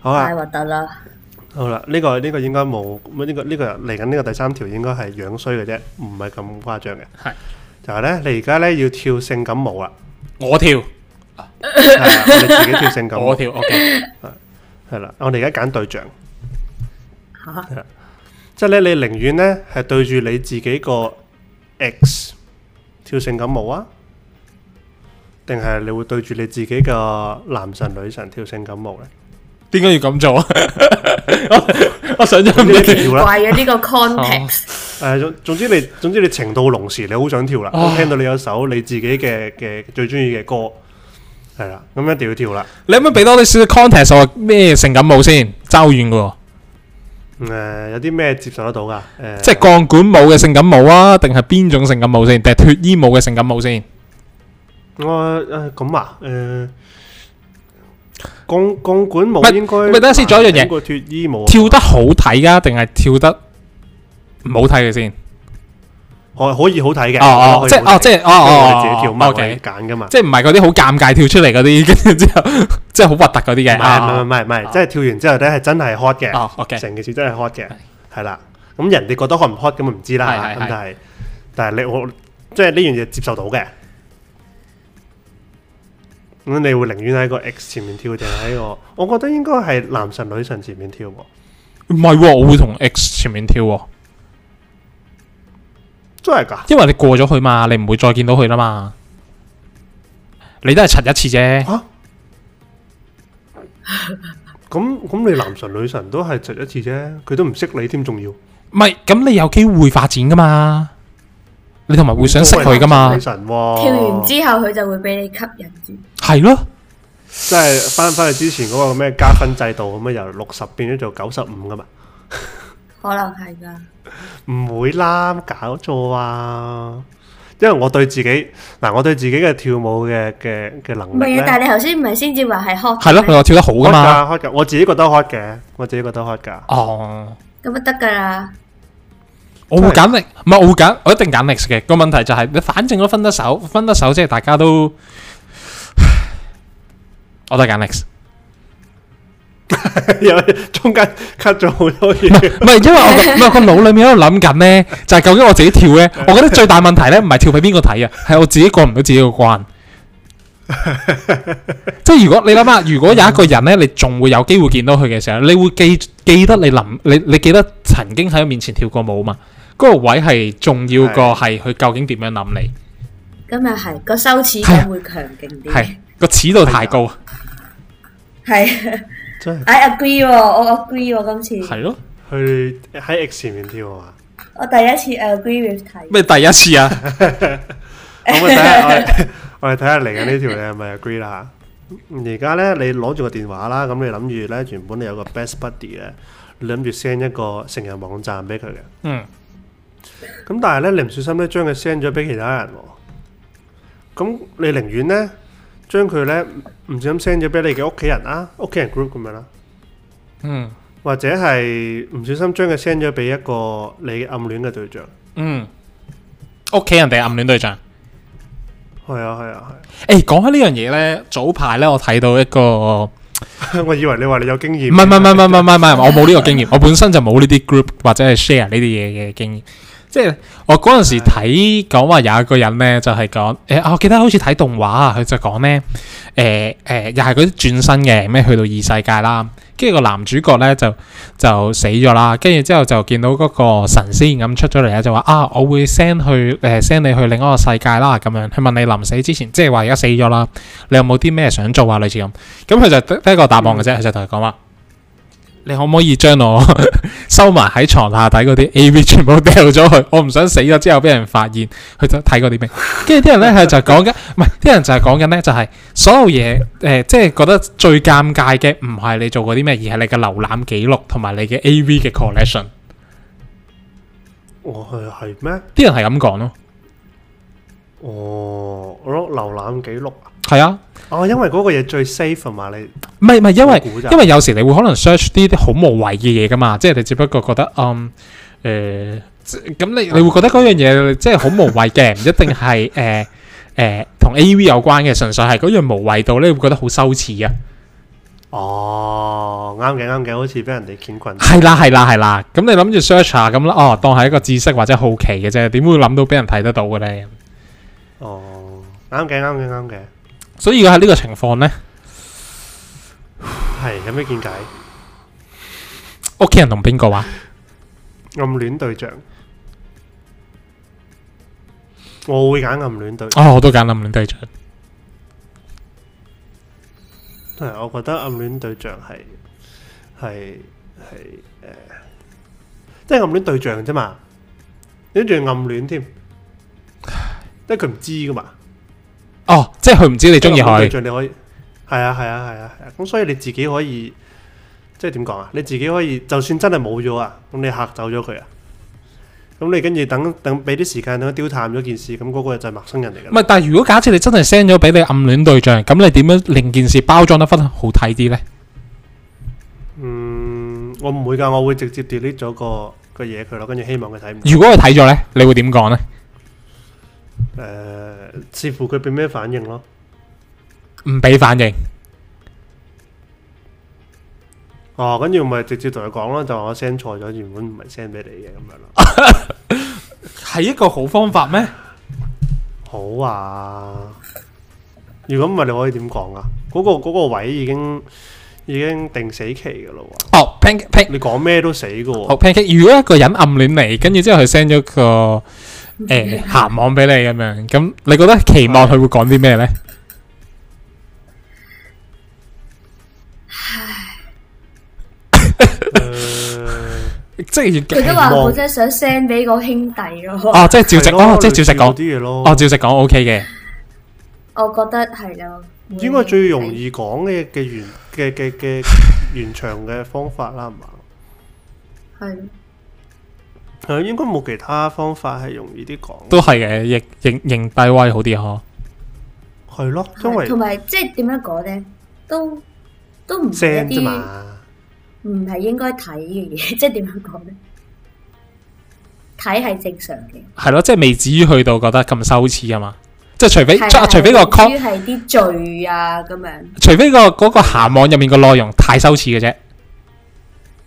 好啊太，核突啦！好啦，呢、個呢、個應該冇，呢、個呢、個嚟緊呢個第三條應該係樣衰嘅啫，唔係咁誇張嘅。係就係咧，你而家咧要跳性感 舞啦，我跳，係啊我哋自己跳性感舞我，跳，OK，係啦，我哋而家揀對象，吓，即係咧你寧願咧係對住你自己個 X 跳性感舞啊，定係你會對住你自己嘅男神女神跳性感舞咧？點解要咁做啊？ 我我想象呢唔到一條啦。怪 咗呢個 context，誒總總之你總之你情到濃時，你好想跳啦。啊聽到你有首你自己嘅嘅最中意嘅歌，係啦，咁一定要跳啦。你可唔可以俾多啲少少 context 我話咩性感舞先？爭好遠嘅喎，誒、有啲咩接受得到㗎？誒、即係鋼管舞嘅性感舞啊，定係邊種性感舞先？定係脱衣舞嘅性感舞先？我誒咁啊誒。鋼鋼管唔舞係應該唔係等陣先仲有一樣應嘢該脱衣舞啊跳得好睇噶，定係跳得唔好睇嘅先？可可以好睇嘅。哦哦，可以即好係睇哦，即係因哦為哦，我哋自己跳哦乜可以，OK，揀㗎嘛。即係唔係嗰啲好尷尬跳出嚟嗰啲， 跟住之後即係好核突嗰啲唔嘅。係唔啊哦係唔係唔係，即係跳完之後咧係真係 hot 嘅。哦，OK，成件事真係 hot 嘅，係啦。咁人哋覺得 hot 唔 hot 咁唔知啦咁係係，係但係但係你我即係呢樣嘢接受到嘅。咁你會寧願喺個 X 前面跳定係喺個？我覺得應該係男神女神前面跳喎，唔係喎，我會同 X 前面跳喎，真係 㗎因為你過咗去嘛，你唔會再見到佢啦嘛。你都係柒一次啫，嚇！咁咁你男神女神都係窒一次啫，佢都唔識你添，仲要唔係咁你有機會發展噶嘛？你同埋會想識佢噶嘛女？神喎，跳完之後佢就會俾你吸引住。係咯，即係翻翻去之前嗰個咩加分制度咁樣，啊由六十變咗做九十五㗎嘛。可能係噶，唔會啦，搞錯啊！因為我對自己嗱，我對自己嘅跳舞嘅嘅嘅能唔係力啊！但咧，係你頭先唔係先至話係 hot 係咯，佢咩話跳得好噶 hot 嘛。噶 hot 噶，我自己覺得 hot 嘅，我自己覺得 hot 噶。哦，咁啊得㗎啦，我會揀力，唔係我會揀，我一定揀力嘅。個問題就係你反正都分得手，分得手即係大家都，我都係揀力。有中間 cut 咗好多 嘢，唔係，因為我個唔係我個腦裏面喺度諗緊咧，就係究竟我自己跳咧，我覺得最大問題咧唔係跳俾邊個睇啊，係我自己過唔到自己個關。即係如果你諗下，如果有一個人咧，你仲會有機會見到佢嘅時候，你會記記得你臨你你記得曾經喺佢面前跳過舞嘛？嗰、個位係重要過係佢究竟點樣諗你，咁又係個羞恥感會強勁啲係。個尺度太高，係真係，I agree 喎，我 agree 喎，今次係咯？去喺 X 前面跳啊嘛！我第一次 agree with 睇，咩第一次啊？咁我睇下我哋我哋睇下嚟緊呢條你係咪 agree 啦而家咧，你攞住個電話啦，咁你諗住咧，原本你有個 best buddy 咧，你諗住 send 一個成人網站俾佢嘅。 嗯，咁但係咧，你唔小心咧將佢 send 咗俾其他人喎。咁你寧願咧將佢咧唔小心 send 咗俾你嘅屋企人啦、屋企人 group 咁樣啦，嗯或者係唔小心將佢 send 咗俾一個你暗戀嘅對象。嗯，屋企人哋暗戀對象。係啊，係啊， 誒，講開呢樣嘢咧，早排咧我睇到一個，唔係啊。我以為你話你有經驗。係唔係唔係唔係唔係唔係，我冇呢個經驗，我本身就冇呢啲 group 或者係 share 呢啲嘢嘅經驗。即係我嗰陣時睇講話有一個人咧，就係講誒，啊我記得好似睇動畫啊，佢就講咧誒誒，又係嗰啲轉身嘅咩去到異世界啦，跟住個男主角咧就就死咗啦，跟住之後就見到嗰個神仙咁出咗嚟咧，就話啊，我會 send 去誒 send、你去另一個世界啦，咁樣佢問你臨死之前，即係話而家死咗啦，你有冇啲咩想做啊？類似咁，咁佢就得得一個答案嘅啫，佢就同佢講話。你可唔可以將我 收埋喺床下底嗰啲 A.V. 全部掉咗佢？ 我唔想死咗之後俾人發現。佢就睇過啲咩？跟住啲人咧，佢就講緊， 唔係啲人就係講緊咧，就係、所有嘢誒、呃即係覺得最尷尬嘅唔係你做過啲咩，而係你嘅瀏覽記錄同埋你嘅 A.V. 嘅 collection。我係係咩？啲人係咁講咯，哦，我攞瀏覽記錄啊。係啊，哦，因為嗰個嘢最 safe 啊嘛，你唔係唔係因為我估咋因為有時你會可能 search 啲好無謂嘅嘢噶嘛，即係你只不過覺得嗯誒即咁、你你會覺得嗰樣嘢即係好無謂嘅，唔一定 係誒誒同 A.V. 有關嘅，純粹係嗰樣無謂到咧，你會覺得好羞恥啊。哦，啱嘅啱嘅，好似俾人哋掀棍。係啦係啦係啦，咁你諗住 search 下咁啦，哦，當係一個知識或者好奇嘅啫，點會諗到俾人睇得到嘅咧？哦，啱嘅啱嘅啱嘅，所以如果喺呢個情況咧，係有咩見解？屋企人同邊個話？暗戀對象，我會揀暗戀對象。哦，我都揀暗戀對象，係，我覺得暗戀對象係係係誒，即係暗戀對象啫嘛，跟住暗戀添，即係佢唔知噶嘛。哦，即係佢唔知你中意暗戀對佢，象你可以係啊係啊係啊係啊，咁所以你自己可以即係點講啊？你自己可以就算真係冇咗啊，咁你嚇走咗佢啊，咁你跟住等等俾啲時間等佢丟淡咗件事，咁嗰個就係陌生人嚟㗎唔啦。係，但係如果假設你真係 send 咗俾你暗戀對象，咁你點樣令件事包裝得分好睇啲咧？嗯，我唔會㗎，我會直接 delete 咗個個嘢佢咯，跟住希望佢睇唔到。如果佢睇咗咧，你會點講咧？誒、視乎佢俾咩反應咯。唔俾反應，哦，跟住咪直接同佢講咯，就話我 send 錯咗，原本唔係 send 俾你嘅咁樣咯。係一個好方法咩？好啊！如果唔係，你可以點講啊？嗰、個嗰個位已經已經定死期嘅咯喎，哦 p a n c a k e 你講咩都死嘅喎。好 p a n c a k e 如果一個人暗戀你，跟住之後佢 send 咗個誒鹹網俾你咁樣，咁你覺得期望佢會講啲咩咧？即係佢都要話好真想 send 俾個兄弟咯，哦，即係照直哦，即係照直講講，啲嘢咯。哦，照直講 OK 嘅。我覺得係咯。應該最容易講嘅嘅原嘅嘅 嘅原長嘅方法啦，係嘛？係係啊應該冇其他方法係容易啲講。都係嘅，認認認低威好啲啊嗬。係咯，因係為同埋即係點樣講咧，都都唔係 send 一啫啲嘛。唔係應該睇 嘅嘢，即係點樣講咧？睇係正常嘅，係咯，即係未至於去到覺得咁羞恥啊嘛。即係除非，係啊除非個係 con，至於係啲罪啊咁樣。除非個嗰個鹹網入面個內容太羞恥嘅啫。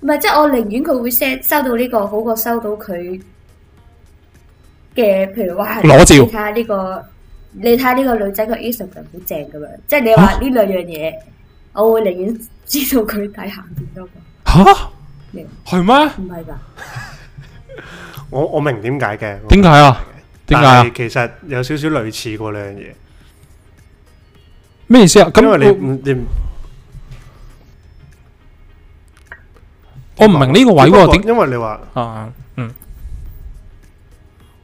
唔係，即係我寧願佢會 send 收到呢、個，好過收到佢嘅，譬如話係裸照你睇下呢個，你睇下呢個女仔個 Instagram 好正咁樣，即係你話呢兩樣嘢，我會寧願知道佢睇行邊多個，吓？咩係咩？唔係㗎，我我明點解嘅。點解啊？點解啊但係？其實有少少類似過兩樣嘢，咩意思啊？咁因為你我唔你唔我唔明呢個位只不過喎，點因為你話啊？嗯，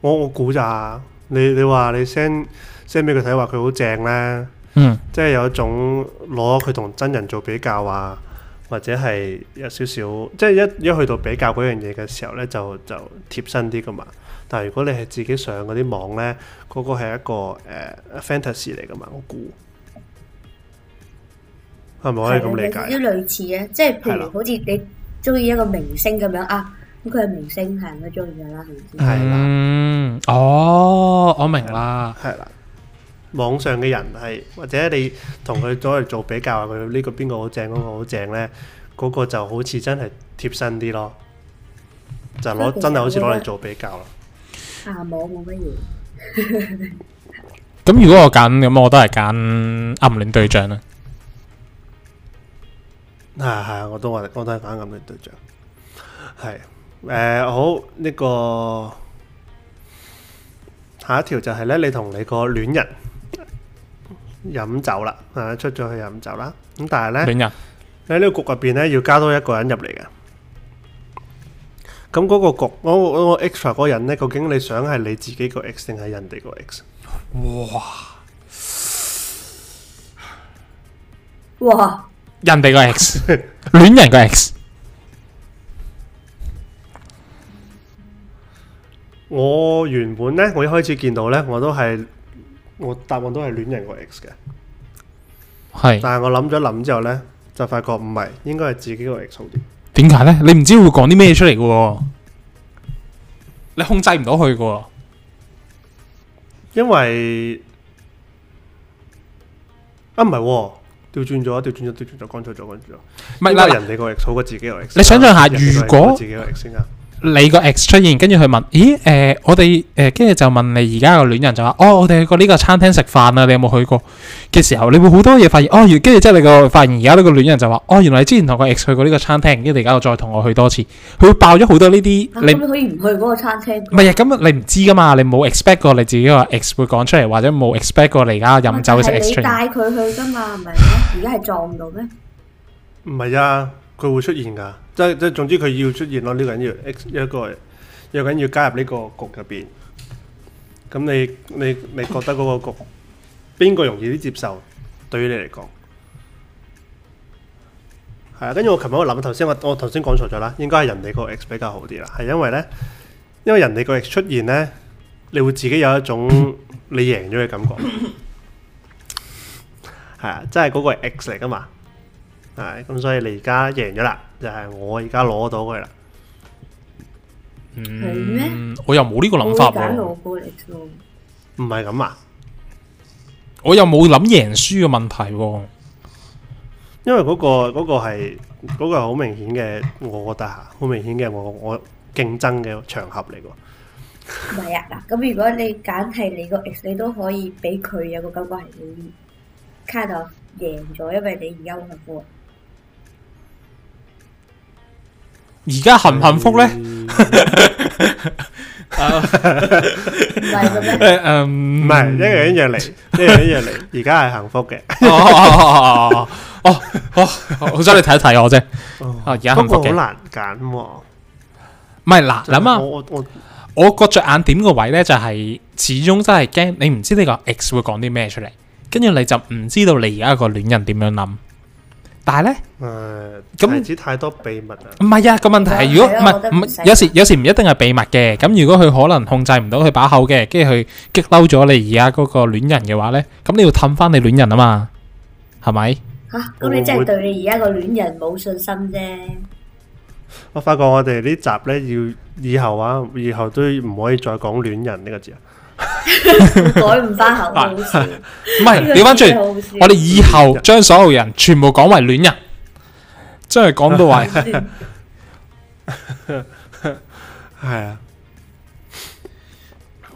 我我估咋？你你話你 send send 俾佢睇話佢好正咧，嗯，即係有一種攞佢同真人做比較啊，或者係有少少即係一一去到比較嗰樣嘢嘅時候咧，就就貼身啲噶嘛。但係如果你係自己上嗰啲網咧，嗰、個係一個誒、呃 fantasy 嚟噶嘛，我估係咪可以咁理啊有解？啊啲類似嘅，即係譬係如啦好似你中意一個明星咁樣啊，咁佢係明星係人都中意㗎啦，係咪先？係啦，嗯，哦，我明啦。係啦。網上嘅人係，或者你同佢攞嚟做比較，佢呢個邊個好正，嗰、個好正咧，嗰、個就好似真係貼身啲咯，就所以攞其實真係好似攞我覺嚟得做比較咯。啊冇冇乜嘢，咁如果我揀，咁我都係揀暗戀對象啊啦。係係啊，我都話我都係揀咁嘅對象。係誒、好呢、個下一條就係咧，你同你個戀人飲酒啦，啊出咗去飲酒啦，咁但係咧戀人喺呢個局入邊咧要加多一個人入嚟嘅。咁嗰個局嗰、嗰個 extra 嗰個人咧，究竟你想係你自己個 x 定係人哋個 x？哇！人哋個 X，戀 人個 X，我原本咧，我一開始見到咧，我都係我答案都係戀人個 x 嘅。係但係我諗咗諗之後呢，就發覺唔係，應該係自己個 X 好啲。點解咧？你唔知會講啲咩出嚟嘅喎，你控制唔到佢嘅喎。因為啊唔係喎，調轉咗，調轉咗，調轉咗，乾脆咗，乾脆咗。唔係應該嗱，人哋個 X 好過自己個 X。你想象下人哋個 X 如果好過自己個 X 先啊，你個 X 出現，跟住佢問：咦誒、呃我哋誒跟住就問你而家個戀人就話：哦，我哋去過呢個餐廳食飯啊，你有冇去過嘅時候，你會好多嘢發現。哦，原跟住之後你個發現而家呢個戀人就話：哦，原來你之前同個 X 去過呢個餐廳，跟住你而家又再同我去多次，佢會爆咗好多呢啲咁你你可以唔去嗰個餐廳㗎。唔係啊，咁你唔知噶嘛，你冇 expect 過你自己個 ex 會講出嚟，或者冇 expect 過你而家飲酒嘅但食係 ex 你出嚟。帶佢去㗎嘛，唔係咩？而家係撞到咩？唔係啊，佢會出現㗎。即係即係總之佢要出現咯，呢個人要 X 一個，有個人要加入呢個局入邊。咁你你你覺得嗰個局邊個容易啲接受？對於你嚟講係啊。跟住我琴日我諗頭先我我頭先講錯咗啦，應該係人哋個 X 比較好啲啦，係因為咧，因為人哋個 X 出現咧，你會自己有一種你贏咗嘅感覺。係啊，真係嗰個係 X 嚟噶嘛？係咁，所以你而家贏咗啦，就係、我而家攞到佢啦。係咩？嗯，我又冇呢個我會諗法喎，揀老過嚟咯。唔係咁啊，我又冇諗贏輸嘅問題喎。因為嗰、個嗰、個係嗰、個係好明顯嘅，我覺得嚇，好明顯嘅我我競爭嘅場合嚟喎。唔係啊，嗱，咁如果你揀係你個 ex，你都可以俾佢有個感覺係你 kind of 贏咗，因為你而家好幸福。而家幸唔幸福咧？唔係 嘅誒咩？嗯誒，唔嗯唔係一樣一樣 嚟，一樣一樣嚟。而家係幸福嘅，哦哦哦哦哦，好想你睇一睇我啫。哦而家不幸福過嘅好難揀喎。唔係嗱，諗下我我我我個着眼點個位咧，就係始終真係驚你唔知你個 ex 會講啲咩出嚟，跟住你就唔知道你而家個戀人點樣諗。但係咧。誒咁咁子太多秘密啊。唔係啊，個問題係如果係唔啊我覺得係唔唔使係有時有時唔一定係秘密嘅，咁如果佢可能控制唔到佢把口嘅，跟住佢激嬲咗你而家嗰個戀人嘅話咧，咁你要氹翻你戀人啊嘛，係咪？ 嚇，咁你真係對你而家個戀人冇信心啫。我發覺我哋呢集咧要以後啊，以後都唔可以再講戀人呢個字啊。改唔翻口好笑，唔係，調翻轉，轉我哋以後將所有人全部講為戀人，將佢講到 話係啊，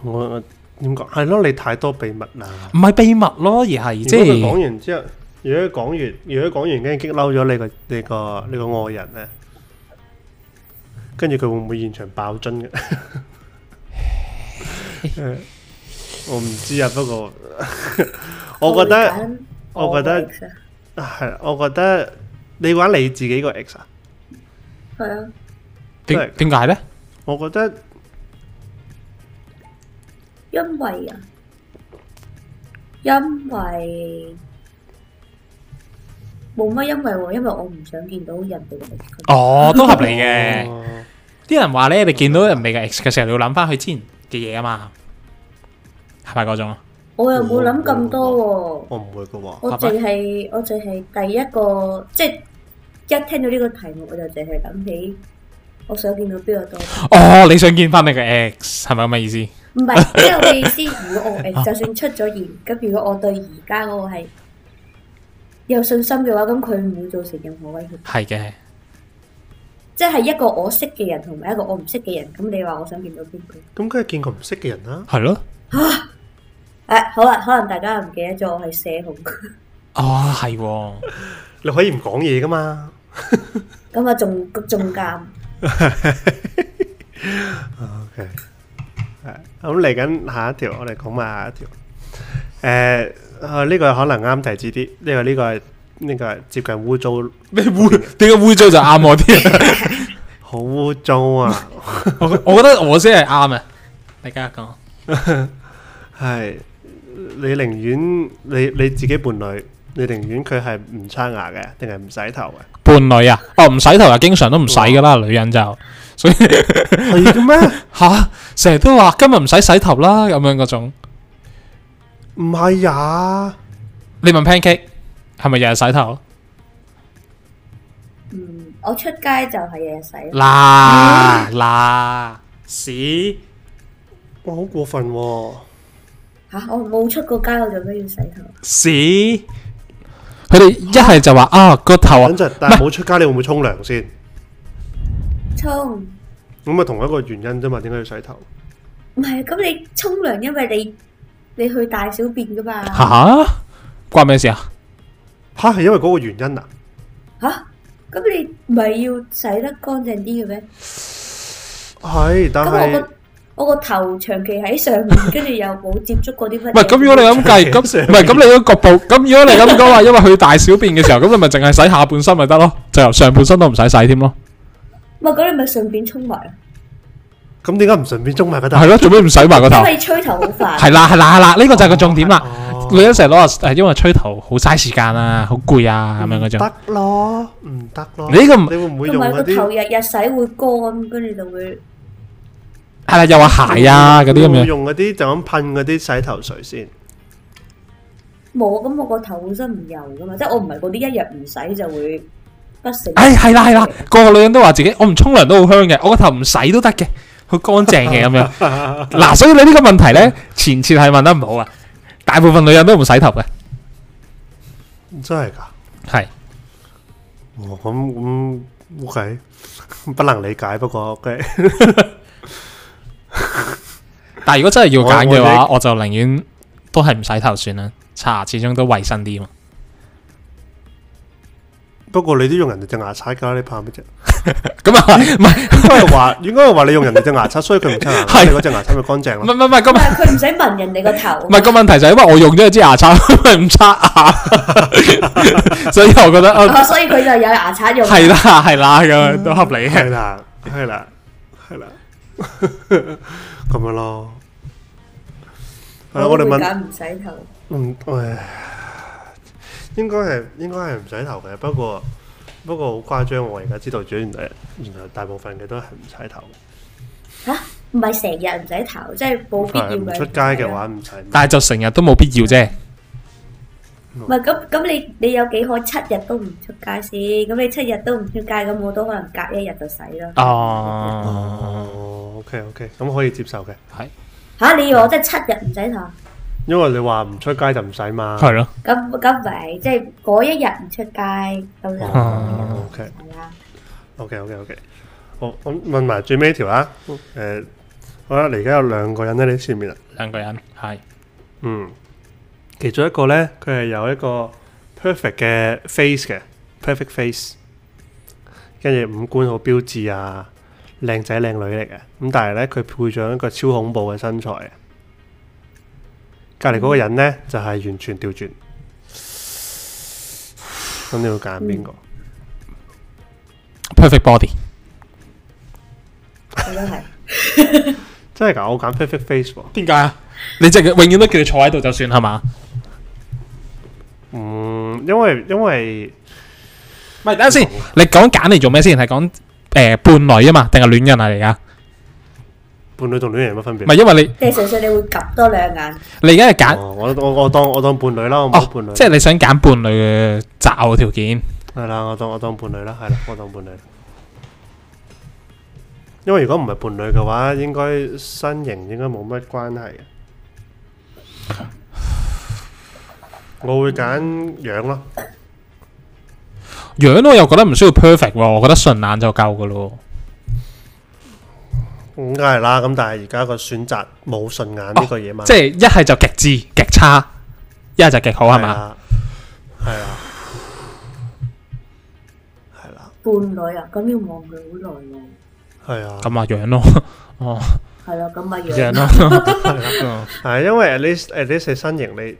我我點講？係咯，你太多秘密啦。唔係秘密咯，而係即如果佢係講完之後，如果佢講完，如果佢講完跟住激嬲咗你個你個你個愛人咧，跟住佢會唔會現場爆樽嘅？誒我唔知啊，不過我覺得，我覺得係，我覺得你玩你自己個 X 啊。係啊，點點解咧？我覺得因為啊，因為冇乜因為喎，因為我唔想見到人哋嘅哦，都合理嘅。哦啲人話咧，你見到人哋嘅 ex 嘅時候，你要諗翻佢之前嘅嘢啊嘛，係咪嗰種啊？我又冇諗咁多喎。我唔會嘅喎。我淨係我淨係第一個，即係一聽到呢個題目，我就淨係諗起我想見到邊個多啲。哦，你想見翻你嘅 ex 係咪咁嘅意思？唔係，即係我嘅意思，如果我誒，就算出咗現，咁如果我對而家嗰個係有信心嘅話，咁佢唔會造成任何威脅。係嘅，即係一個我識嘅人同埋一個我唔識嘅人，咁你話我想見到邊個？咁梗係見過唔識嘅人啦。係咯。誒、好啦，可能大家唔記得咗我係社 恐，哦，係喎，你可以唔講嘢噶嘛？咁啊仲仲監， OK，係咁嚟緊下一條，我哋講埋下一條。誒、啊呢、個可能啱提子啲，呢、個呢、個係呢、個係接近污糟，咩污？點解污糟就啱我啲？ 好污糟啊！我我覺得我先係啱啊！你繼續講。係你寧願你你自己伴侶，你寧願佢係唔刷牙嘅，定係唔洗頭嘅？伴侶啊，哦唔洗頭啊，經常都唔洗噶啦，女人就所以係嘅咩？吓成日都話今日唔使洗頭啦，咁樣嗰種。 唔係呀，你問 pancake 係咪日日洗頭？嗯，我出街就係日日洗，嗱嗱屎！哇，好過分喎、嚇、我冇出過街，我做咩要洗頭？屎！佢哋一係就話啊個頭啊等，陣，但係冇出街，你會唔會沖涼先？沖咁啊，同一個原因啫嘛，點解要洗頭？唔係咁你沖涼，因為你你去大小便噶嘛吓、關咩事啊？吓，係因為嗰個原因啊？吓，咁你咪要洗得乾淨啲嘅咩？係，但咁我係個我個頭長期喺上面，跟住又冇接觸過啲乜嘢。唔係咁，如果你 咁計，咁上面唔係咁你嗰局部，咁如果你咁講話，因為佢大小便嘅時候，咁你咪淨係洗下半身咪得咯，就由上半身都唔使洗添咯，唔係咁你咪順便沖埋，咁點解唔順便沖埋個頭？係咯，做咩唔洗埋個因頭？為吹頭好煩。係啦係啦係啦，呢個就係個重點啦。哦女人成日攞話誒，因為吹頭好嘥時間啊，好攰啊，咁樣嗰種。得咯，唔得咯。你呢個唔你會唔會同用埋嗰個頭啲？日日洗會乾，跟住就會係啦，又話鞋啊嗰啲咁會唔會樣。用嗰啲就咁噴嗰啲洗頭水先。冇。咁我個頭本身唔油噶嘛，即係我唔係嗰啲一日唔洗就會不成。誒哎係啦係啦，個個女人都話自己我唔沖涼都好香嘅，我個頭唔洗都得嘅，好乾淨嘅咁樣。 嗱，所以你呢個問題咧，前設係問得唔好啊。大部分女人都唔洗頭嘅，真係㗎？係哦，咁咁 OK，不 能理解，不過 OK。 但係如果真係要揀嘅我話，我就寧願都係唔洗頭算啦。刷牙始終都衞生啲嘛。不過你都用人哋隻牙刷㗎，你怕乜 啫？咁啊，唔係應該係話，應該係話你用人哋隻牙刷，所以佢唔刷牙，係你嗰隻牙刷咪乾淨唔咯。係唔係唔係唔咁啊係佢唔使聞人哋個頭唔。係個問題就係因為我用咗支牙刷， 咪唔刷牙，所以我覺得 啊，啊，所以佢就有牙刷用。係啦係啦，咁樣都合理嘅。係啦，係啦，係啦，咁樣咯。係啊，我我哋會問，揀唔洗頭。嗯，唉，應該係應該係唔洗頭嘅，不過不過好誇張，我而家知道，原來原來大部分嘅都係唔洗頭，吓，唔係成日唔洗頭，即係冇必要啊係唔出街嘅話唔洗。但係就成日都冇必要啫。唔係咁咁，你你有幾可七日都唔出街先？咁你七日都唔出街，咁我都可能隔一日就洗咯。哦，哦，OK OK，咁可以接受嘅，係吓，你以為我真係七日唔洗頭？因為你話唔出街就唔洗嘛。係咯，咁咁唔係，即係嗰一日唔出街咁就哦，OK。係啦。 OK OK OK，好，咁問埋最尾一條啦。誒、嗯好啦，你而家有兩個人喺你前面啦。兩個人係嗯，其中一個咧，佢係有一個 perfect 嘅 face 嘅 perfect face，跟住五官好標緻啊，靚仔靚女嚟嘅。咁但係咧，佢配上一個超恐怖嘅身材嘅。隔離嗰個人咧，就係、完全調轉。咁你會揀邊個？ perfect body。咁都係。真係㗎，我揀 perfect face 喎。點解啊？你淨係永遠都叫你坐喺度就算係嘛？嗯，因為因為。唔係等下先，你講揀嚟做咩先？係講誒伴侶啊嘛，定係戀人啊嚟噶？伴侶同戀人有乜分別？唔係因為你即係純粹你會及多兩眼。你而家係揀哦，我我我當我當伴侶啦，我冇伴侶，哦，即係你想揀伴侶嘅擇偶條件。係啦，我當我當伴侶啦，係啦，我當伴侶。因為如果唔係伴侶嘅話，應該身形應該冇乜關係嘅。我會揀樣咯，樣我又覺得唔需要 perfect 喎，我覺得順眼就夠噶咯。咁梗係啦。咁但係而家個選擇冇順眼呢個嘢嘛，即係一係就極致極差，一係就極好係嘛？啊？係啦，係啦，伴侶啊，咁要望佢好耐喎。係啊。咁啊樣咯，哦係咯，咁咪樣樣。咯，係因為 at least at least 係身形你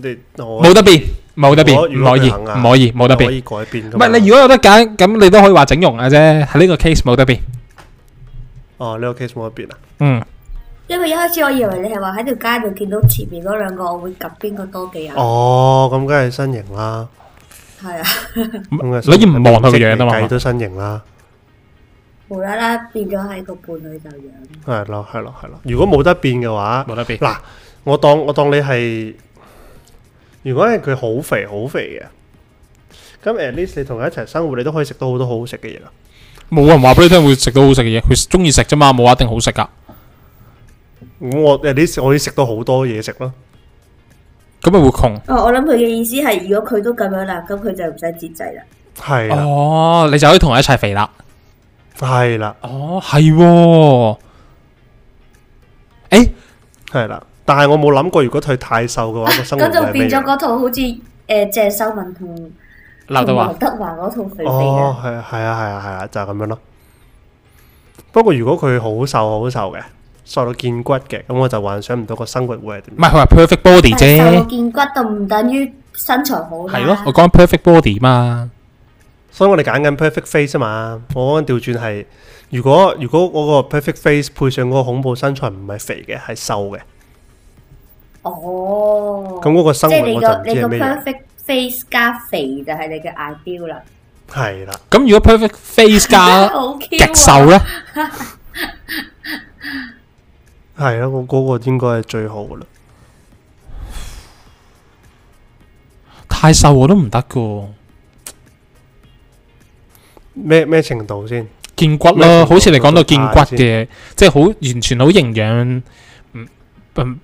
你我冇得變，冇得變，我唔如果可以，佢肯啊唔可以，冇可得變。以改變唔噶嘛。係你如果有得揀，咁你都可以話整容嘅啫。喺呢個 case 冇得變，哦呢個 Ờ, case à? 冇得變啊，嗯，因為一開始我以為你係話喺條街度見到前面嗰兩個，我會及邊個多幾眼。哦咁梗係身形啦，係啊，咁嘅你唔望佢個樣啊嘛計都身形啦，無啦啦變咗係個伴侶就樣。係咯係咯係咯。如果冇得變嘅話，冇得變。嗱我當我當你係，如果係佢好肥好肥嘅，咁 at least 你同佢一齊生活，你都可以食到好多好好食嘅嘢啦。冇人話俾你聽會食到好食嘅嘢，佢中意食啫嘛，冇話一定好食啊噶。咁我 at least 我可以食到好多嘢食咯。咁咪會窮。哦，我諗佢嘅意思係，如果佢都咁樣啦，咁佢就唔使節制啦。係啦，哦，你就可以同我一齊肥啦。係啦，哦，係喎。誒，係啦。但係我冇諗過，如果佢太瘦嘅話，個生活咁就係咩變咗樣？嗰套好似诶鄭秀文同劉德華同劉德華嗰套肥肥哦嘅，，係啊，係啊，係啊，係啊，就係咁樣咯。不過如果佢好瘦好瘦嘅，瘦到見骨嘅，咁我就幻想唔到個生活會係點唔。係佢話 perfect body 但係瘦啫到，見骨就唔等於身材好啦。係咯，我講 perfect body 嘛。所以我哋揀緊 perfect face 啊嘛。我講緊調轉係，如果如果我個 perfect face 配上嗰個恐怖身材唔係肥嘅，係瘦嘅，哦，咁嗰個生即活係你我就唔個知你係個咩樣。 perfect face 加肥就係你嘅 ideal 啦。係啦，咁如果 perfect face 加好 Q 極啊！瘦咧，係啦，我嗰個應該係最好噶啦。太瘦我都唔得噶。咩咩程度先？見骨咩啊咯，好似你講到見程度骨大嘅，即係好完全好營養，唔唔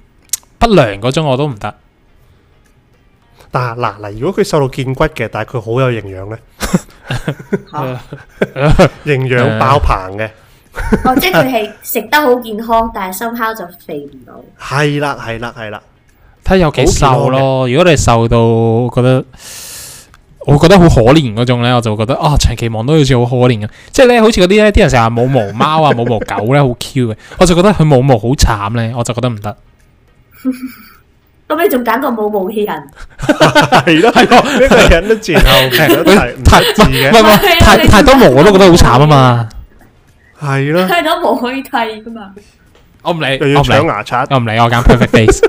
不良嗰種我都唔得。但係嗱嗱，如果佢瘦到見骨嘅，但係佢好有營養咧，啊呃嚇營養爆棚嘅，哦，即係佢係食得好健康，但係深烤就肥唔到。係啦係啦係啦，睇下有幾瘦咯。如果你瘦到覺得，我覺得好可憐嗰種咧，我就會覺得啊，長期望到好似好可憐嘅，即係咧，好似嗰啲咧，啲人成日話冇毛貓啊，冇毛狗咧，好 Q 嘅，我就覺得佢冇毛好慘咧，我就覺得唔得。咁你仲揀個冇毛嘅人？係咯係咯，呢個人都前後唔得齊 唔 太得字唔係嘅，唔係唔係太太多毛我都覺得好慘啊嘛。係咯，佢攞毛可以剃噶嘛？我唔理，又我要唔搶理，牙刷。我唔理，我揀 perfect face。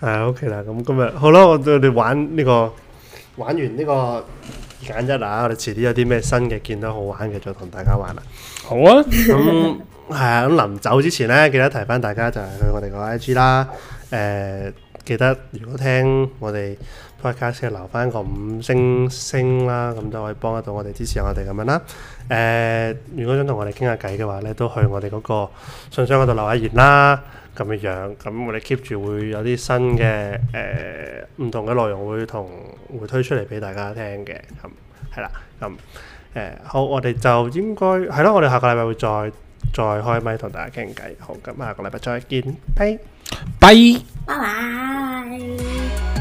係啊 OK 啦，咁今日好啦，我哋玩呢、個玩完呢個二揀一啦，我哋遲啲有啲咩新嘅見到好玩嘅，再同大家 玩啦。好啊，咁係啊，咁臨走之前咧，記得提翻大家就係去我哋個 IG 啦。誒、記得如果聽我哋 podcast 嘅留翻個五星星啦，咁就可以幫得到我哋支持我哋咁樣啦。誒、呃如果想同我哋傾下偈嘅話咧，都去我哋嗰個信箱嗰度留下言啦。咁嘅樣，咁我哋 keep 住會有啲新嘅誒唔同嘅內容會同會推出嚟俾大家聽嘅，咁係啦，咁誒、好，我哋就應該係咯，我哋下個禮拜會再再開咪同大家傾偈，好，咁下個禮拜再見，拜。拜。拜拜。